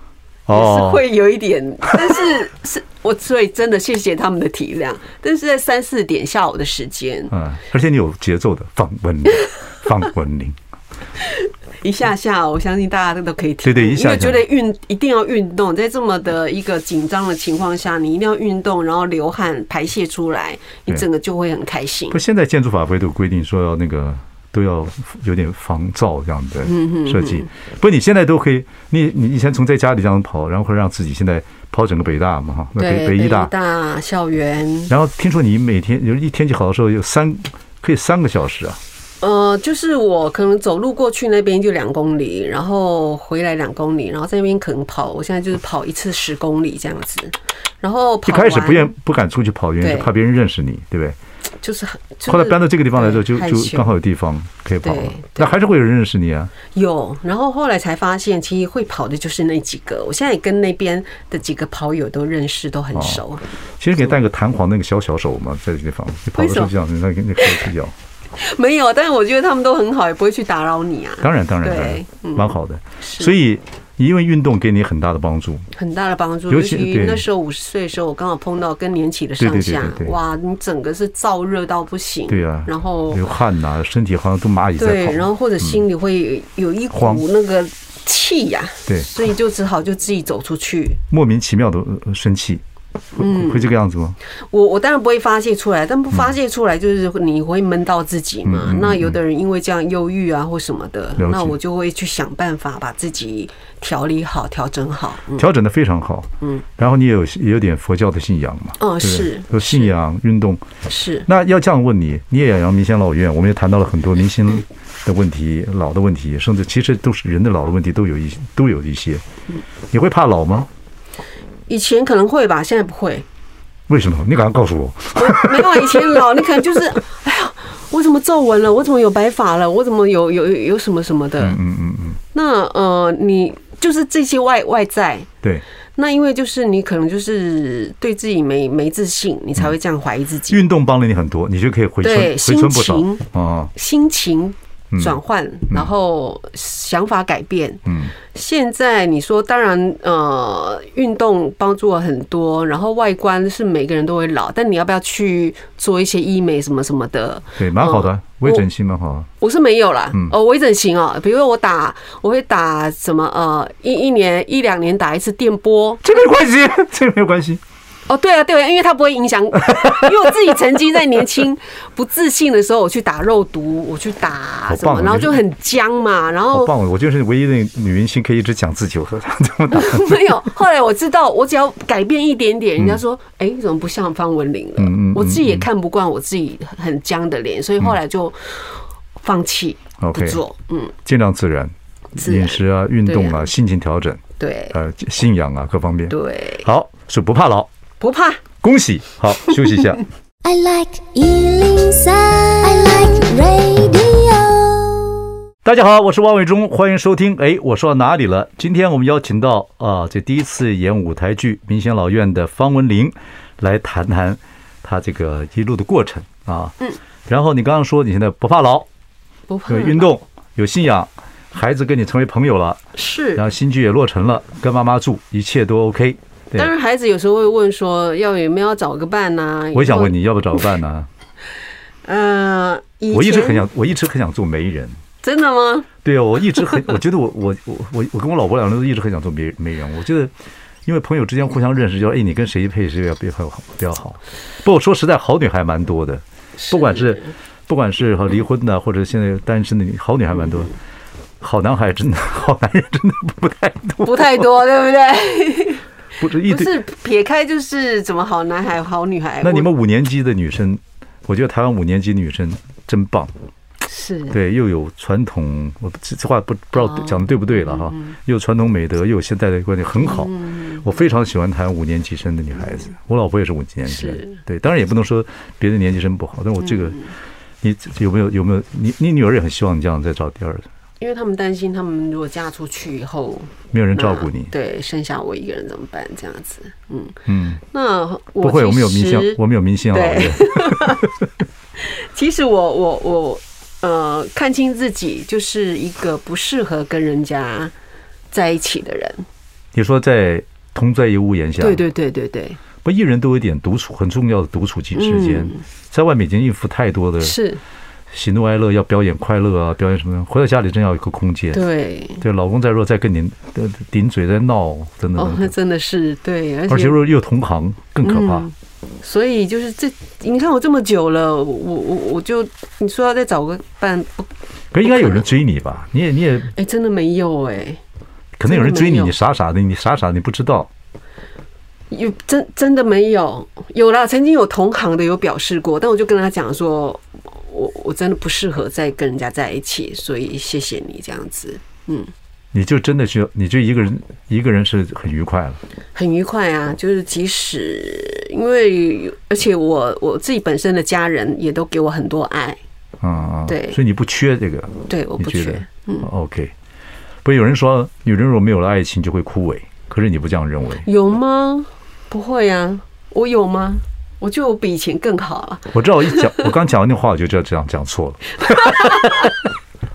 [SPEAKER 2] 是
[SPEAKER 1] 哦，
[SPEAKER 2] 会有一点，但是是我所以真的谢谢他们的体谅，但是在三四点下午的时间，
[SPEAKER 1] 嗯，而且你有节奏的方文琳，方文琳。
[SPEAKER 2] 一下下，我相信大家都可以体
[SPEAKER 1] 对对一下下
[SPEAKER 2] 因为觉得运一定要运动，在这么的一个紧张的情况下，你一定要运动，然后流汗排泄出来，你
[SPEAKER 1] 对
[SPEAKER 2] 整个就会很开心
[SPEAKER 1] 不，。现在建筑法规都规定说要那个都要有点防噪这样的设计。不，你现在都可以，你你以前从在家里这样跑，然后会让自己现在跑整个北大嘛哈，那北
[SPEAKER 2] 对，
[SPEAKER 1] 北
[SPEAKER 2] 北
[SPEAKER 1] 医
[SPEAKER 2] 医
[SPEAKER 1] 大，
[SPEAKER 2] 大校园，
[SPEAKER 1] 然后听说你每天有一天气好的时候有三可以三个小时啊，
[SPEAKER 2] 呃，就是我可能走路过去那边就两公里，然后回来两公里，然后在那边可能跑，我现在就是跑一次十公里这样子，然后
[SPEAKER 1] 一
[SPEAKER 2] 跑
[SPEAKER 1] 开始
[SPEAKER 2] 完
[SPEAKER 1] 不愿不敢出去跑，原因是
[SPEAKER 2] 对
[SPEAKER 1] 怕别人认识你，对不对？
[SPEAKER 2] 就是很就是
[SPEAKER 1] 后来搬到这个地方来之后，就
[SPEAKER 2] 对害
[SPEAKER 1] 就
[SPEAKER 2] 羞
[SPEAKER 1] 刚好有地方可以跑了
[SPEAKER 2] 对，
[SPEAKER 1] 那还是会有人认识你啊。
[SPEAKER 2] 有，然后后来才发现，其实会跑的就是那几个，我现在也跟那边的几个跑友都认识，都很熟。
[SPEAKER 1] 哦其实可以带个弹簧那个小小手嘛，在这个地方，你跑的时候
[SPEAKER 2] 为
[SPEAKER 1] 这样，那那可以睡 觉。
[SPEAKER 2] 没有，但是我觉得他们都很好，也不会去打扰你啊，
[SPEAKER 1] 当然，当然，
[SPEAKER 2] 对
[SPEAKER 1] 当然，
[SPEAKER 2] 嗯
[SPEAKER 1] 蛮好的。
[SPEAKER 2] 是
[SPEAKER 1] 所以，因为运动给你很大的帮助，
[SPEAKER 2] 很大的帮助。
[SPEAKER 1] 尤
[SPEAKER 2] 尤
[SPEAKER 1] 其
[SPEAKER 2] 其
[SPEAKER 1] 对
[SPEAKER 2] 那时候五十岁的时候，我刚好碰到更年期的
[SPEAKER 1] 对对对
[SPEAKER 2] 上下，
[SPEAKER 1] 对对
[SPEAKER 2] 哇，你整个是燥热到不行。
[SPEAKER 1] 对啊
[SPEAKER 2] 然后
[SPEAKER 1] 流汗呐、身体好像都蚂蚁在
[SPEAKER 2] 对，
[SPEAKER 1] 跑。嗯
[SPEAKER 2] 然后或者心里会有有一
[SPEAKER 1] 慌
[SPEAKER 2] 股那个气呀、
[SPEAKER 1] 对
[SPEAKER 2] 所以就只好就自己走出去。
[SPEAKER 1] 莫名其妙的呃生气，会
[SPEAKER 2] 嗯
[SPEAKER 1] 会会这个样子吗？
[SPEAKER 2] 我我当然不会发泄出来，但不发泄出来就是你会闷到自己嘛。
[SPEAKER 1] 嗯嗯嗯嗯
[SPEAKER 2] 那有的人因为这样忧郁啊或什么的
[SPEAKER 1] 了解，
[SPEAKER 2] 那我就会去想办法把自己调理好、调整好。嗯
[SPEAKER 1] 调整的非常好，嗯，然后你也有也有点佛教的信仰嘛，
[SPEAKER 2] 哦
[SPEAKER 1] 对不对
[SPEAKER 2] 是
[SPEAKER 1] 有信仰运动。
[SPEAKER 2] 是
[SPEAKER 1] 那要这样问你，你也养民先老院，我们也谈到了很多民心的问题、老的问题，甚至其实都是人的老的问题都有一都有一些。你会怕老吗？
[SPEAKER 2] 以前可能会吧，现在不会。
[SPEAKER 1] 为什么？你赶快告诉我。
[SPEAKER 2] 没有啊，以前老，你可能就是，哎呀，我怎么皱纹了？我怎么有白发了？我怎么有有有有什么什么的？嗯嗯嗯嗯。那呃，你就是这些外外在，
[SPEAKER 1] 对，
[SPEAKER 2] 那因为就是你可能就是对自己没没自信，你才会这样怀疑自己。
[SPEAKER 1] 运动帮了你很多，你就可以回春
[SPEAKER 2] 对
[SPEAKER 1] 回春不少
[SPEAKER 2] 心
[SPEAKER 1] 啊。
[SPEAKER 2] 心情转换，然后想法改变。
[SPEAKER 1] 嗯，
[SPEAKER 2] 现在你说，当然，呃，运动帮助我很多，然后外观是每个人都会老，但你要不要去做一些医美什么什么的？
[SPEAKER 1] 对，蛮好的
[SPEAKER 2] 嗯，
[SPEAKER 1] 微整形蛮好啊。
[SPEAKER 2] 我是没有啦，哦，微整形哦，比如说我打，我会打什么呃，一一年一两年打一次电波，
[SPEAKER 1] 这没关系， 这没有关系。
[SPEAKER 2] 哦，对啊，对啊，因为它不会影响， 因为我自己曾经在年轻不自信的时候，我去打肉毒，我去打
[SPEAKER 1] 好
[SPEAKER 2] 什么
[SPEAKER 1] 棒，
[SPEAKER 2] 然后
[SPEAKER 1] 你
[SPEAKER 2] 就很僵嘛，然
[SPEAKER 1] 好
[SPEAKER 2] 后
[SPEAKER 1] 棒！啊我就是唯一的女明星可以一直讲自己， 我这么大。
[SPEAKER 2] 没有，后来我知道，我只要改变一点点，人家说，哎、怎么不像方文琳了？
[SPEAKER 1] 嗯嗯嗯嗯嗯
[SPEAKER 2] 我自己也看不惯我自己很僵的脸，所以后来就放弃不
[SPEAKER 1] OK，
[SPEAKER 2] 做，嗯，
[SPEAKER 1] 尽量自然，
[SPEAKER 2] 自然
[SPEAKER 1] 饮食啊、运动
[SPEAKER 2] 对
[SPEAKER 1] 啊、心情调整、
[SPEAKER 2] 对
[SPEAKER 1] 呃、信仰啊各方面。
[SPEAKER 2] 对，
[SPEAKER 1] 好，是不怕老，
[SPEAKER 2] 不怕。
[SPEAKER 1] 恭喜！ 好，休息一下。
[SPEAKER 3] I like Ealing Sound. I like radio.
[SPEAKER 1] 大家好，我是汪伟忠，欢迎收听。哎，我说到哪里了？今天我们邀请到啊，这第一次演舞台剧《民贤老院》的方文琳，来谈谈她这个一路的过程啊。嗯。然后你刚刚说你现在不怕老，
[SPEAKER 2] 不怕
[SPEAKER 1] 有运动，有信仰，孩子跟你成为朋友了，
[SPEAKER 2] 是
[SPEAKER 1] 然，后新剧也落成了，跟妈妈住，一切都 OK。对
[SPEAKER 2] 当，然孩子有时候会问说，要有没有要找个伴呐、
[SPEAKER 1] 我也想
[SPEAKER 2] 以后
[SPEAKER 1] 问，你要不要找个伴呢？
[SPEAKER 2] 呃，以
[SPEAKER 1] 我一直
[SPEAKER 2] 前
[SPEAKER 1] 很想，我一直很想做媒人。
[SPEAKER 2] 真的吗？
[SPEAKER 1] 对啊，我一直很，我觉得我我我我我跟我老婆两个人都一直很想做媒媒人。我觉得，因为朋友之间互相认识，就哎，你跟谁配谁比较比较好比较好。不过说实在，好女孩蛮多的，不管是不管是和离婚的，或者现在单身的，好女孩蛮多。好男孩真的，好男人真的不太多，
[SPEAKER 2] 不 太多，对不对？
[SPEAKER 1] 不是一
[SPEAKER 2] 不
[SPEAKER 1] 堆。
[SPEAKER 2] 是撇开就是怎么好男孩、好女孩，
[SPEAKER 1] 那你
[SPEAKER 2] 我
[SPEAKER 1] 们五年级的女生，我觉得台湾五年级女生真棒，
[SPEAKER 2] 是
[SPEAKER 1] 对，又有传统，我不这这话不不知道
[SPEAKER 2] 哦嗯
[SPEAKER 1] 讲的对不对了哈，又有传统美德，又有现代的观念，很好。我非常喜欢台湾五年级生的女孩子，我老婆也是五年级
[SPEAKER 2] 嗯是，嗯
[SPEAKER 1] 对，当然也不能说别的年级生不好，但是我这个，你有没有有没有你你女儿也很希望你这样再找第二个，
[SPEAKER 2] 因为他们担心，他们如果嫁出去以后，
[SPEAKER 1] 没有人照顾
[SPEAKER 2] 那
[SPEAKER 1] 你，
[SPEAKER 2] 对，剩下我一个人怎么办？这样子，嗯，
[SPEAKER 1] 嗯，
[SPEAKER 2] 那我
[SPEAKER 1] 不会，我们有
[SPEAKER 2] 其
[SPEAKER 1] 明星
[SPEAKER 2] 实，
[SPEAKER 1] 我们有明星啊，老
[SPEAKER 2] 对
[SPEAKER 1] 爷，
[SPEAKER 2] 其实我我我呃，看清自己就是一个不适合跟人家在一起的人。
[SPEAKER 1] 你说在同在一屋檐下，
[SPEAKER 2] 对对对对对，
[SPEAKER 1] 不，艺人都有一点独处很重要的独处期时间，
[SPEAKER 2] 嗯
[SPEAKER 1] 在外面已经应付太多的
[SPEAKER 2] 是，
[SPEAKER 1] 喜怒哀乐，要表演快乐啊，表演什么的，回到家里真要有一个空间。
[SPEAKER 2] 对，
[SPEAKER 1] 对，老公再弱，再跟你呃顶嘴在闹，真的
[SPEAKER 2] 哦，
[SPEAKER 1] 等
[SPEAKER 2] 那
[SPEAKER 1] 等。
[SPEAKER 2] 真的是对， 而
[SPEAKER 1] 而且
[SPEAKER 2] 且
[SPEAKER 1] 如果又同行，更可怕。
[SPEAKER 2] 嗯所以就是这，你看我这么久了，我我我就你说要再找个伴，不
[SPEAKER 1] 可应该有人追你吧？你也你也
[SPEAKER 2] 哎、真的没有哎、
[SPEAKER 1] 可能有人追
[SPEAKER 2] 真的没
[SPEAKER 1] 你，
[SPEAKER 2] 有
[SPEAKER 1] 你傻傻的，你傻傻的，你不知道。
[SPEAKER 2] 有真真的没有，有啦，曾经有同行的有表示过，但我就跟他讲说，我我真的不适合再跟人家在一起，所以谢谢你这样子，嗯，
[SPEAKER 1] 你就真的去，你就一个人，一个人是很愉快了。
[SPEAKER 2] 很愉快啊，就是即使因为而且我我自己本身的家人也都给我很多爱，
[SPEAKER 1] 嗯，嗯
[SPEAKER 2] 对
[SPEAKER 1] 所以你不缺这个，
[SPEAKER 2] 对，我
[SPEAKER 1] 你
[SPEAKER 2] 不
[SPEAKER 1] 觉
[SPEAKER 2] 缺嗯
[SPEAKER 1] 得，OK。不，有人说女人如果没有了爱情就会枯萎，可是你不这样认为。
[SPEAKER 2] 有吗？不会啊，我有吗？我就比以前更好啊了，
[SPEAKER 1] 我知道我一讲，我刚讲完那话，我就知道这样讲错了。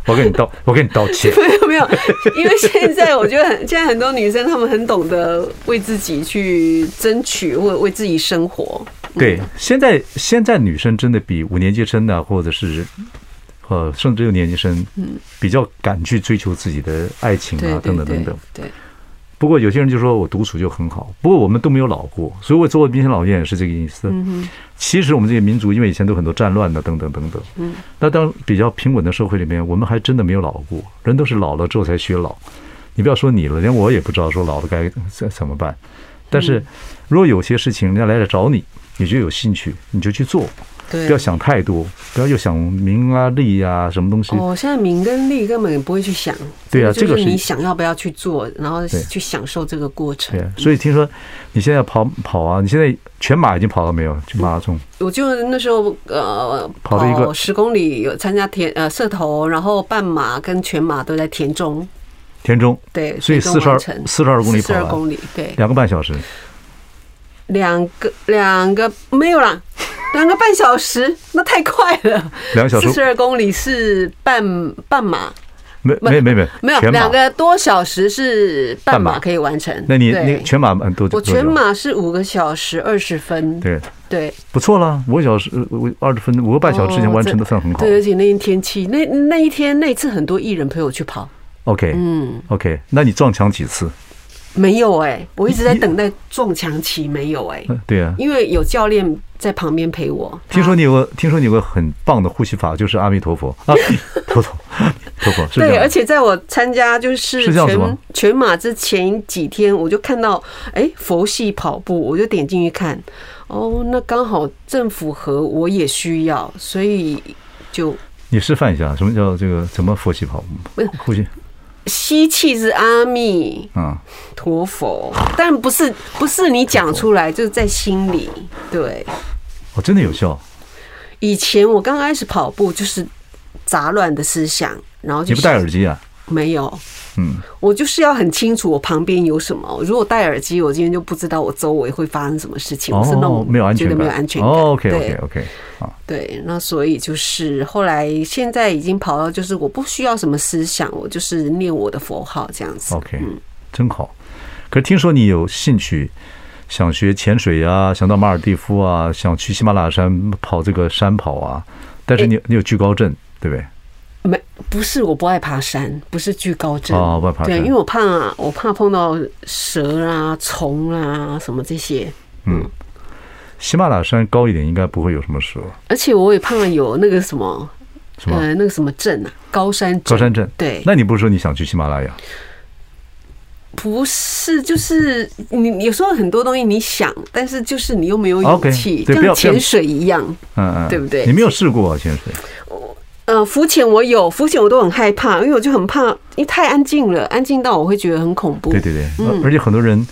[SPEAKER 1] 我跟你道，我跟你道 歉。
[SPEAKER 2] 没有没有，因为现在我觉得很， 现在很多女生她们很懂得为自己去争取，或者为自己生活。
[SPEAKER 1] 对，现在现在女生真的比五年级生呢、或者是呃，甚至六年级生，比较敢去追求自己的爱情
[SPEAKER 2] 对
[SPEAKER 1] 啊，
[SPEAKER 2] 嗯
[SPEAKER 1] 等
[SPEAKER 2] 对
[SPEAKER 1] 等等
[SPEAKER 2] 对
[SPEAKER 1] 等。
[SPEAKER 2] 对，
[SPEAKER 1] 不过有些人就说我独处就很好，不过我们都没有老过，所以我做明星老演也是这个意思。
[SPEAKER 2] 嗯
[SPEAKER 1] 其实我们这些民族，因为以前都很多战乱的，等等等等。
[SPEAKER 2] 嗯，
[SPEAKER 1] 那当比较平稳的社会里面，我们还真的没有老过，人都是老了之后才学老。你不要说你了，连我也不知道说老了该怎怎么办。但
[SPEAKER 2] 嗯
[SPEAKER 1] 是，如果有些事情人家来了找你，你就有兴趣，你就去做，
[SPEAKER 2] 哼，对。
[SPEAKER 1] 不要想太多，不要又想名啊利啊什么东西。
[SPEAKER 2] 哦，现在名跟利根本不会去想。
[SPEAKER 1] 对啊
[SPEAKER 2] 就
[SPEAKER 1] 这个
[SPEAKER 2] 是
[SPEAKER 1] 是
[SPEAKER 2] 你想要不要去做，然后
[SPEAKER 1] 对
[SPEAKER 2] 去享受这个过程
[SPEAKER 1] 对。，啊所以听说你现在跑跑啊，你现在全马已经跑了没有？去马拉松？
[SPEAKER 2] 我就那时候呃
[SPEAKER 1] 跑了一个
[SPEAKER 2] 十公里，有参加田呃社头，然后半马跟全马都在田中。
[SPEAKER 1] 田中
[SPEAKER 2] 对，
[SPEAKER 1] 所以
[SPEAKER 2] 田中完
[SPEAKER 1] 42
[SPEAKER 2] 成
[SPEAKER 1] 42公里跑
[SPEAKER 2] 四十
[SPEAKER 1] 完
[SPEAKER 2] 二公里，对，
[SPEAKER 1] 两个半小时，
[SPEAKER 2] 两个两个没 有啦，两个半小时，那太快了。
[SPEAKER 1] 两个小时
[SPEAKER 2] 四十二公里是半半马，
[SPEAKER 1] 没没没没
[SPEAKER 2] 没有
[SPEAKER 1] 全马
[SPEAKER 2] 两。个多小时是半
[SPEAKER 1] 半
[SPEAKER 2] 马
[SPEAKER 1] 马
[SPEAKER 2] 可以完成。
[SPEAKER 1] 那你
[SPEAKER 2] 对
[SPEAKER 1] 那全马嗯多
[SPEAKER 2] 我
[SPEAKER 1] 多久？
[SPEAKER 2] 全马是五个小时二十分，
[SPEAKER 1] 对，
[SPEAKER 2] 对，
[SPEAKER 1] 不错啦，五个小时，呃五二十分，五个半小时之前完成的算很好。
[SPEAKER 2] 哦对，而且那天天气，那那一天那一次很多艺人陪我去跑，
[SPEAKER 1] OK，
[SPEAKER 2] 嗯，
[SPEAKER 1] OK，那你撞墙几次？
[SPEAKER 2] 没有哎、我一直在
[SPEAKER 1] 你
[SPEAKER 2] 等待撞墙期，没有哎、
[SPEAKER 1] 嗯，对啊。
[SPEAKER 2] 因为有教练在旁边陪我。
[SPEAKER 1] 听说你有个，听说你有个很棒的呼吸法，就是阿弥陀佛啊， 陀陀陀佛，是这
[SPEAKER 2] 对，
[SPEAKER 1] 样
[SPEAKER 2] 而
[SPEAKER 1] 吗。
[SPEAKER 2] 且在我参加就是
[SPEAKER 1] 是这样子吗
[SPEAKER 2] 全全马之前几天，我就看到哎、佛系跑步，我就点进去看，哦，那刚好正符合我也需要，所以就
[SPEAKER 1] 你示范一下，什么叫这个怎么佛系跑
[SPEAKER 2] 不是
[SPEAKER 1] 呼吸
[SPEAKER 2] 吸气是阿弥
[SPEAKER 1] 啊？
[SPEAKER 2] 陀佛，但不是不是你讲出来，就是在心里。对，
[SPEAKER 1] 哦，真的有效。
[SPEAKER 2] 以前我刚开始跑步就是杂乱的思想，然后就
[SPEAKER 1] 你不戴
[SPEAKER 2] 想
[SPEAKER 1] 耳机啊？
[SPEAKER 2] 没有，
[SPEAKER 1] 嗯，
[SPEAKER 2] 我就是要很清楚我旁边有什么。如果戴耳机，我今天就不知道我周围会发生什么事情。我是那
[SPEAKER 1] 哦
[SPEAKER 2] 种，
[SPEAKER 1] 没有安全
[SPEAKER 2] 觉
[SPEAKER 1] 感，
[SPEAKER 2] 得没有安全感。
[SPEAKER 1] 哦，OK
[SPEAKER 2] 对
[SPEAKER 1] OK OK，啊，
[SPEAKER 2] 对，那所以就是后来现在已经跑到，就是我不需要什么思想，我就是念我的佛号这样子。
[SPEAKER 1] OK，真好。可是听说你有兴趣，想学潜水啊，想到马尔蒂夫啊，想去喜马拉雅山跑这个山跑啊，但是你你有惧高症，对不对？
[SPEAKER 2] 没，不是我不爱爬山，不是惧高症。
[SPEAKER 1] 哦不爱爬
[SPEAKER 2] 对，
[SPEAKER 1] 山
[SPEAKER 2] 因为我怕、我怕碰到蛇啊、虫啊什么这些，
[SPEAKER 1] 嗯
[SPEAKER 2] 嗯
[SPEAKER 1] 喜马拉雅山高一点，应该不会有什么蛇，
[SPEAKER 2] 而且我也怕有那个什么，
[SPEAKER 1] 是吧？
[SPEAKER 2] 呃，那个什么症啊，高山镇
[SPEAKER 1] 高山镇。
[SPEAKER 2] 对，
[SPEAKER 1] 那你不是说你想去喜马拉雅？
[SPEAKER 2] 不是，就是你你有时候很多东西你想，但是就是你又没有勇
[SPEAKER 1] OK，
[SPEAKER 2] 气，
[SPEAKER 1] 对
[SPEAKER 2] 就
[SPEAKER 1] 不要不
[SPEAKER 2] 跟
[SPEAKER 1] 要
[SPEAKER 2] 潜水一样。
[SPEAKER 1] 嗯嗯，
[SPEAKER 2] 对不对
[SPEAKER 1] 你没有试过啊潜水？
[SPEAKER 2] 呃，浮潜我有，浮潜我都很害怕，因为我就很怕，因为太安静了，安静到我会觉得很恐怖。
[SPEAKER 1] 对对对，
[SPEAKER 2] 嗯
[SPEAKER 1] 而且很多人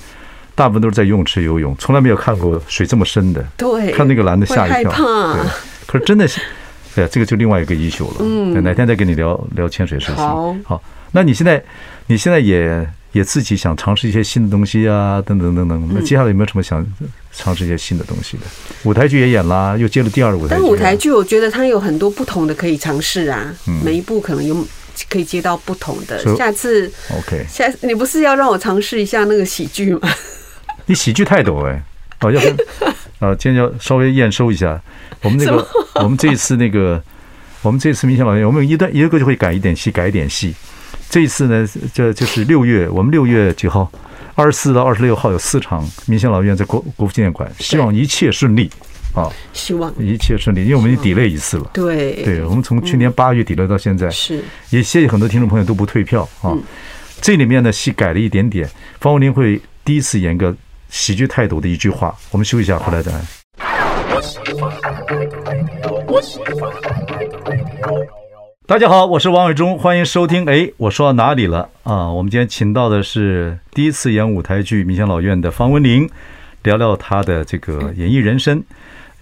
[SPEAKER 1] 大部分都是在游泳池游泳，从来没有看过水这么深的。
[SPEAKER 2] 对，
[SPEAKER 1] 看那个蓝的吓一跳，
[SPEAKER 2] 会害怕
[SPEAKER 1] 对，可是真的是， 哎呀，这个就另外一个衣袖了。
[SPEAKER 2] 嗯
[SPEAKER 1] 对哪天再跟你聊聊潜水事情。
[SPEAKER 2] 好
[SPEAKER 1] 那你现在你现在也也自己想尝试一些新的东西啊，等等等
[SPEAKER 2] 嗯
[SPEAKER 1] 等。那接下来有没有什么想尝试一些新的东西的？舞台剧也演啦，又接了第二个舞台
[SPEAKER 2] 但
[SPEAKER 1] 剧。
[SPEAKER 2] 舞台，剧我觉得它有很多不同的可以尝试啊，
[SPEAKER 1] 嗯
[SPEAKER 2] 每一步可能有可以接到不同的
[SPEAKER 1] 所以。
[SPEAKER 2] 下次，
[SPEAKER 1] OK，
[SPEAKER 2] 下次你不是要让我尝试一下那个喜剧吗？
[SPEAKER 1] 你喜剧泰斗哎，哦，要跟啊，今天要稍微验收一下我们那个， 我们这一次那个，我们这次明星老演员，我们有一段一个就会改一点戏，改一点戏。这一次呢，这就是六月，我们六月几号，二十四到二十六号有四场明星老院在国国父纪念馆，希望一切顺利啊，
[SPEAKER 2] 希望
[SPEAKER 1] 一切顺利，因为我们已经 delay 一次了。
[SPEAKER 2] 对
[SPEAKER 1] 对，我们从去年八月底了到现在，
[SPEAKER 2] 嗯是
[SPEAKER 1] 也谢谢很多听众朋友都不退票啊。这里面呢，戏改了一点点，方文琳会第一次演个喜剧泰斗的一句话。我们休息一下，回来再来。大家好，我是王伟忠，欢迎收听。哎，我说到哪里了啊？我们今天请到的是第一次演舞台剧《明星老院》的方文琳，聊聊她的这个演艺人生，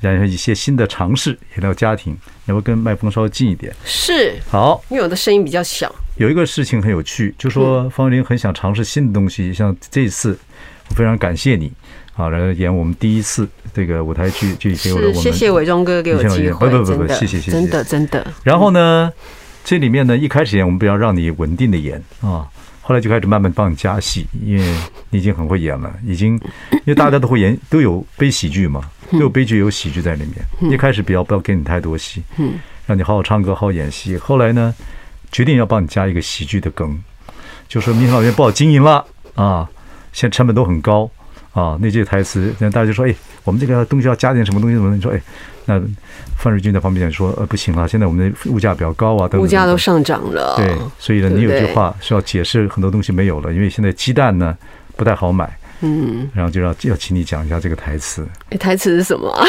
[SPEAKER 1] 然后一些新的尝试，也聊家庭。要不要跟麦克风稍微近一点？
[SPEAKER 2] 是，
[SPEAKER 1] 好，
[SPEAKER 2] 因为我的声音比较小，
[SPEAKER 1] 有一个事情很有趣，就
[SPEAKER 2] 嗯
[SPEAKER 1] 说方文琳很想尝试新的东西，像这一次，我非常感谢你啊，然后演我们第一次这个舞台剧，就给我了
[SPEAKER 2] 是
[SPEAKER 1] 我们
[SPEAKER 2] 谢谢伟忠哥给我
[SPEAKER 1] 谢谢
[SPEAKER 2] 机
[SPEAKER 1] 伟忠
[SPEAKER 2] 会，
[SPEAKER 1] 不不不不
[SPEAKER 2] 真的
[SPEAKER 1] 谢谢谢谢
[SPEAKER 2] 真的真的，
[SPEAKER 1] 然后呢，这里面呢，一开始演我们不要让你稳定的演啊，后来就开始慢慢帮你加戏，因为你已经很会演了，已经因为大家都会演，都有悲喜剧嘛，
[SPEAKER 2] 嗯
[SPEAKER 1] 都有悲剧有喜剧在里面。一开始不要不要给你太多戏，
[SPEAKER 2] 嗯
[SPEAKER 1] 让你好好唱歌，好好演戏。后来呢，决定要帮你加一个喜剧的梗，就说明星老院不好经营了啊，现在成本都很高啊。那句台词，那大家就说，哎，我们这个东西要加点什么东西什么东西？你说，哎，那范瑞军在旁边讲说，呃，不行了，现在我们的物价比较高啊，等等
[SPEAKER 2] 物价
[SPEAKER 1] 等
[SPEAKER 2] 都
[SPEAKER 1] 等
[SPEAKER 2] 上涨了，
[SPEAKER 1] 对，所以呢，
[SPEAKER 2] 对
[SPEAKER 1] 你
[SPEAKER 2] 不
[SPEAKER 1] 有句
[SPEAKER 2] 对
[SPEAKER 1] 话是要解释很多东西没有了，因为现在鸡蛋呢不太好买，
[SPEAKER 2] 嗯，
[SPEAKER 1] 然后就要要请你讲一下这个台词。
[SPEAKER 2] 诶台词是什么啊？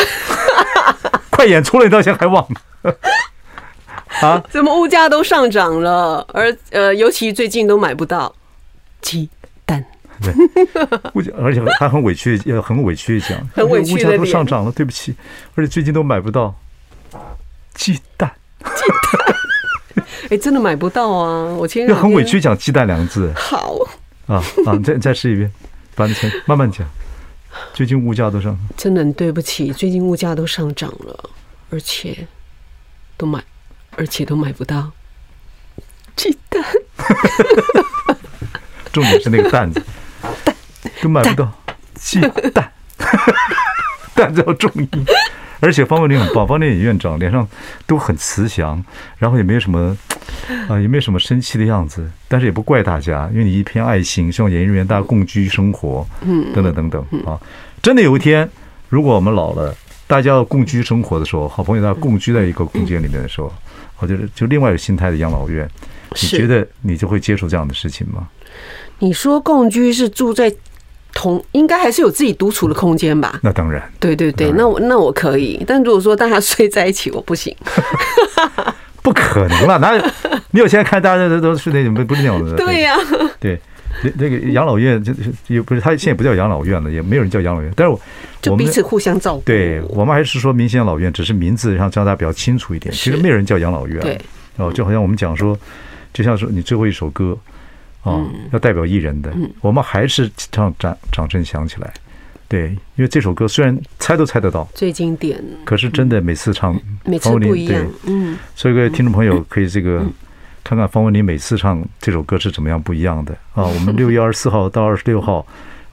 [SPEAKER 1] 快演出来，你到现在还忘了 啊？
[SPEAKER 2] 怎么物价都上涨了，而呃，尤其最近都买不到鸡蛋，
[SPEAKER 1] 物价，而且他很委屈，也很委屈地讲，
[SPEAKER 2] 很委屈
[SPEAKER 1] 物
[SPEAKER 2] 的
[SPEAKER 1] 价
[SPEAKER 2] 脸
[SPEAKER 1] 都上涨了，对不起，而且最近都买不到鸡蛋，
[SPEAKER 2] 哎、真的买不到啊！我今天
[SPEAKER 1] 又很委屈，讲鸡蛋两个字
[SPEAKER 2] 好，
[SPEAKER 1] 啊啊！你再你再试一遍，把你前慢慢讲，最近物价都上，
[SPEAKER 2] 真的很对不起，最近物价都上涨了，而且都买，而且都买不到鸡蛋，
[SPEAKER 1] 重点是那个蛋字，都买不到鸡蛋， 蛋字要重音。而且方文琳很棒，方文琳院长脸上都很慈祥，然后也没有什么，啊、也没有什么生气的样子，但是也不怪大家，因为你一片爱心，希望演艺人员大家共居生活，嗯，等等等等啊。真的有一天，如果我们老了，大家要共居生活的时候，好朋友大家共居在一个空间里面的时候，我觉得就另外有心态的养老院，你
[SPEAKER 2] 是
[SPEAKER 1] 觉得你就会接触这样的事情吗？
[SPEAKER 2] 你说共居是住在同，应该还是有自己独处的空间吧？
[SPEAKER 1] 那当然，
[SPEAKER 2] 对对对，那我那我可以， 但如果说大家睡在一起，我 不行。
[SPEAKER 1] 不可能了，哪有？你有现在看大家都都是那种不不是那种的，
[SPEAKER 2] 对呀、
[SPEAKER 1] 对，那那个养老院就是也不是，他现在不叫养老院了，也没有人叫养老院，但是我
[SPEAKER 2] 就
[SPEAKER 1] 我们
[SPEAKER 2] 彼此互相照顾。
[SPEAKER 1] 对我们还是说民间养老院，只是名字让大家比较清楚一点。其实
[SPEAKER 2] 是
[SPEAKER 1] 没有人叫养老院，
[SPEAKER 2] 对，
[SPEAKER 1] 哦，就好像我们讲说，就像说你最后一首歌啊、
[SPEAKER 2] 嗯
[SPEAKER 1] 要代表艺人的，我们还是让掌掌声响起来。对，因为这首歌虽然猜都猜得到，
[SPEAKER 2] 最经典，
[SPEAKER 1] 可是真的每次唱
[SPEAKER 2] 嗯每次
[SPEAKER 1] 方文琳
[SPEAKER 2] 不一样
[SPEAKER 1] 对。
[SPEAKER 2] 嗯，
[SPEAKER 1] 所以各位听众朋友可以这个看看方文琳每次唱这首歌是怎么样不一样的 啊。我们六月二十四号到二十六号，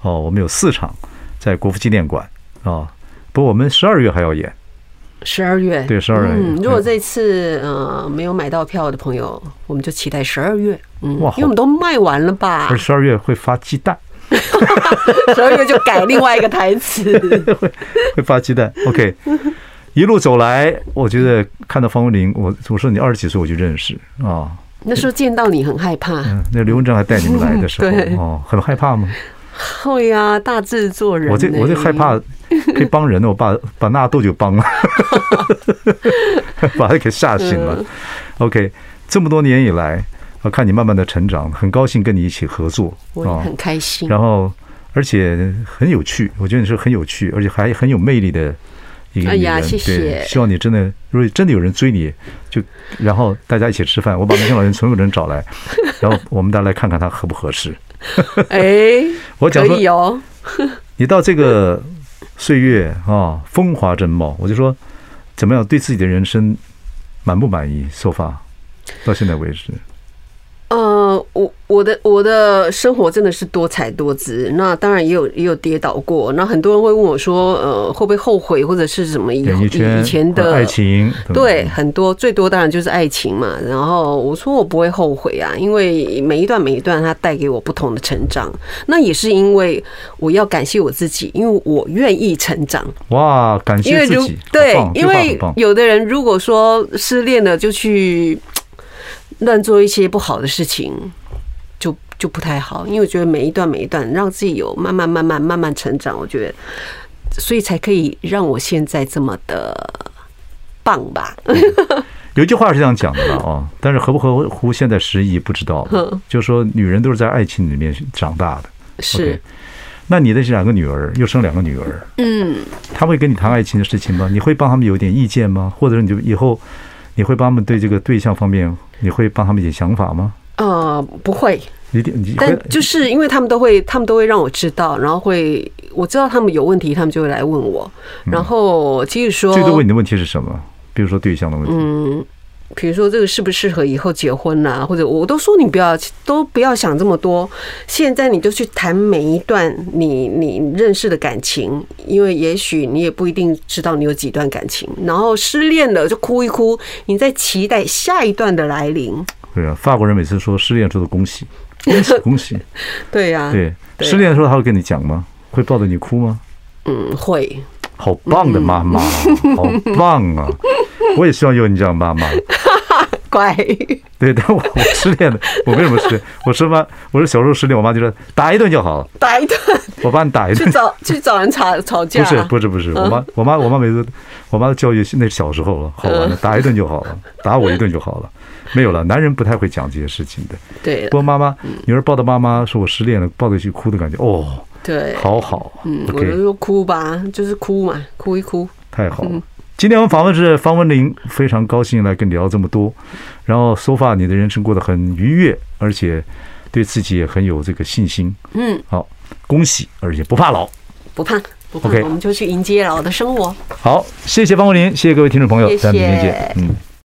[SPEAKER 1] 哦，我们有四场在国父纪念馆啊。不过我们十二月还要演，
[SPEAKER 2] 十二月
[SPEAKER 1] 对12月
[SPEAKER 2] 嗯，
[SPEAKER 1] 对
[SPEAKER 2] 如果这次呃没有买到票的朋友，我们就期待十二月。嗯，
[SPEAKER 1] 哇
[SPEAKER 2] 因为我们都卖完 了吧
[SPEAKER 1] 而，十二月会发鸡蛋，
[SPEAKER 2] 十二月就改另外一个台 词。
[SPEAKER 1] 会发鸡 蛋。OK，一路走来，我觉得看到方文琳，我我说你二十几岁我就认识啊，
[SPEAKER 2] 那时候见到你很害怕，
[SPEAKER 1] 嗯，那刘文正还带你们来的时
[SPEAKER 2] 对
[SPEAKER 1] 候，哦，很害怕吗？
[SPEAKER 2] 会呀，大制作人呢。
[SPEAKER 1] 我这我这害怕可以帮人呢，我把把纳豆就 帮了，把他给吓醒了
[SPEAKER 2] 嗯。
[SPEAKER 1] OK，这么多年以来，我看你慢慢的成长，很高兴跟你一起合作啊
[SPEAKER 2] 我也很开心。
[SPEAKER 1] 哦然后而且很有趣，我觉得你是很有趣，而且还很有魅力的一个
[SPEAKER 2] 哎
[SPEAKER 1] 女人。
[SPEAKER 2] 呀谢谢
[SPEAKER 1] 对，希望你真的，如果真的有人追你，就然后大家一起吃饭，我把梅香老人所有人找 来，然后我们大家来看看他合不合适。
[SPEAKER 2] 哎，
[SPEAKER 1] 我讲
[SPEAKER 2] 可
[SPEAKER 1] 说
[SPEAKER 2] 以哦，
[SPEAKER 1] 你到这个岁月啊、风华正茂，我就说怎么样对自己的人生满不满意？so far 到现在为止，
[SPEAKER 2] 呃，我我的我的生活真的是多彩多姿，那当然也有也有跌倒过，那很多人会问我说，呃，会不会后悔或者是什么以
[SPEAKER 1] 演艺圈、
[SPEAKER 2] 以前的
[SPEAKER 1] 爱情，嗯等等
[SPEAKER 2] 对，很多最多当然就是爱情嘛。然后我说我不会后悔啊，因为每一段每一段它带给我不同的成长。那也是因为我要感谢我自己，因为我愿意成长。
[SPEAKER 1] 哇，感
[SPEAKER 2] 因
[SPEAKER 1] 谢
[SPEAKER 2] 为
[SPEAKER 1] 自
[SPEAKER 2] 如
[SPEAKER 1] 己，
[SPEAKER 2] 对
[SPEAKER 1] 好棒，
[SPEAKER 2] 因
[SPEAKER 1] 这话很
[SPEAKER 2] 为
[SPEAKER 1] 棒
[SPEAKER 2] 有的人如果说失恋了就去乱做一些不好的事情，就就不太好。因为我觉得每一段每一段让自己有慢慢慢慢慢慢成长，我觉得，所以才可以让我现在这么的棒吧。
[SPEAKER 1] 有一句话是这样讲的了啊，但是合不合乎现在时宜不知道了。就是说，女人都是在爱情里面长大的。
[SPEAKER 2] 是
[SPEAKER 1] OK，那你的这两个女儿又生两个女儿，
[SPEAKER 2] 嗯。
[SPEAKER 1] 她会跟你谈爱情的事情吗？你会帮他们有点意见吗？或者你就以后你会帮他们对这个对象方面，你会帮他们一点想法吗？
[SPEAKER 2] 呃，不会，
[SPEAKER 1] 你点你会
[SPEAKER 2] 但就是因为他们都会，他们都会让我知道，然后会我知道他们有问题，他们就会来问我，然后即使说
[SPEAKER 1] 最，多嗯问你的问题是什么？比如说对象的问题，
[SPEAKER 2] 嗯，比如说这个适不适合以后结婚呐、或者我都说你不要都不要想这么多，现在你就去谈每一段你你认识的感情，因为也许你也不一定知道你有几段感情，然后失恋了就哭一哭，你在期待下一段的来临，
[SPEAKER 1] 对啊，法国人每次说失恋之后的恭 喜，恭喜恭喜，
[SPEAKER 2] 对呀、
[SPEAKER 1] 对，
[SPEAKER 2] 对
[SPEAKER 1] 失恋的时候他会跟你讲吗？会抱着你哭吗？
[SPEAKER 2] 嗯，会。
[SPEAKER 1] 好棒的妈妈，好棒啊！我也希望有你这样妈妈。
[SPEAKER 2] 乖，
[SPEAKER 1] 对，但我我失恋了，我为什么失恋？我是妈，我是小时候失恋，我妈就说打一顿就好了，
[SPEAKER 2] 打一顿
[SPEAKER 1] 我把你打一
[SPEAKER 2] 去嗯
[SPEAKER 1] 顿。
[SPEAKER 2] 找去找人吵吵架，
[SPEAKER 1] 不是不是不是，我妈我妈我妈每次，我妈的教育是那小时候了，好
[SPEAKER 2] 嗯
[SPEAKER 1] 玩的，打一顿就好了，打我一顿就好了，没有了。男人不太会讲这些事情的。
[SPEAKER 2] 对
[SPEAKER 1] 不过妈
[SPEAKER 2] 嗯
[SPEAKER 1] 妈，女儿抱着妈妈说我失恋了，抱着去哭的感觉，哦，
[SPEAKER 2] 对，
[SPEAKER 1] 好好啊
[SPEAKER 2] 嗯，我就
[SPEAKER 1] ，OK，
[SPEAKER 2] 说哭吧，就是哭嘛，哭一哭。
[SPEAKER 1] 太好
[SPEAKER 2] 嗯
[SPEAKER 1] 了。今天我们访问是方文玲，非常高兴来跟你聊这么多。然后，so far 你的人生过得很愉悦，而且对自己也很有这个信心。
[SPEAKER 2] 嗯，
[SPEAKER 1] 好，恭喜，而且不怕老。
[SPEAKER 2] 不怕不怕
[SPEAKER 1] OK
[SPEAKER 2] 我们就去迎接老的生活。
[SPEAKER 1] 好，谢谢方文玲，谢谢各位听众朋友，
[SPEAKER 2] 谢谢
[SPEAKER 1] 咱们明天见，嗯。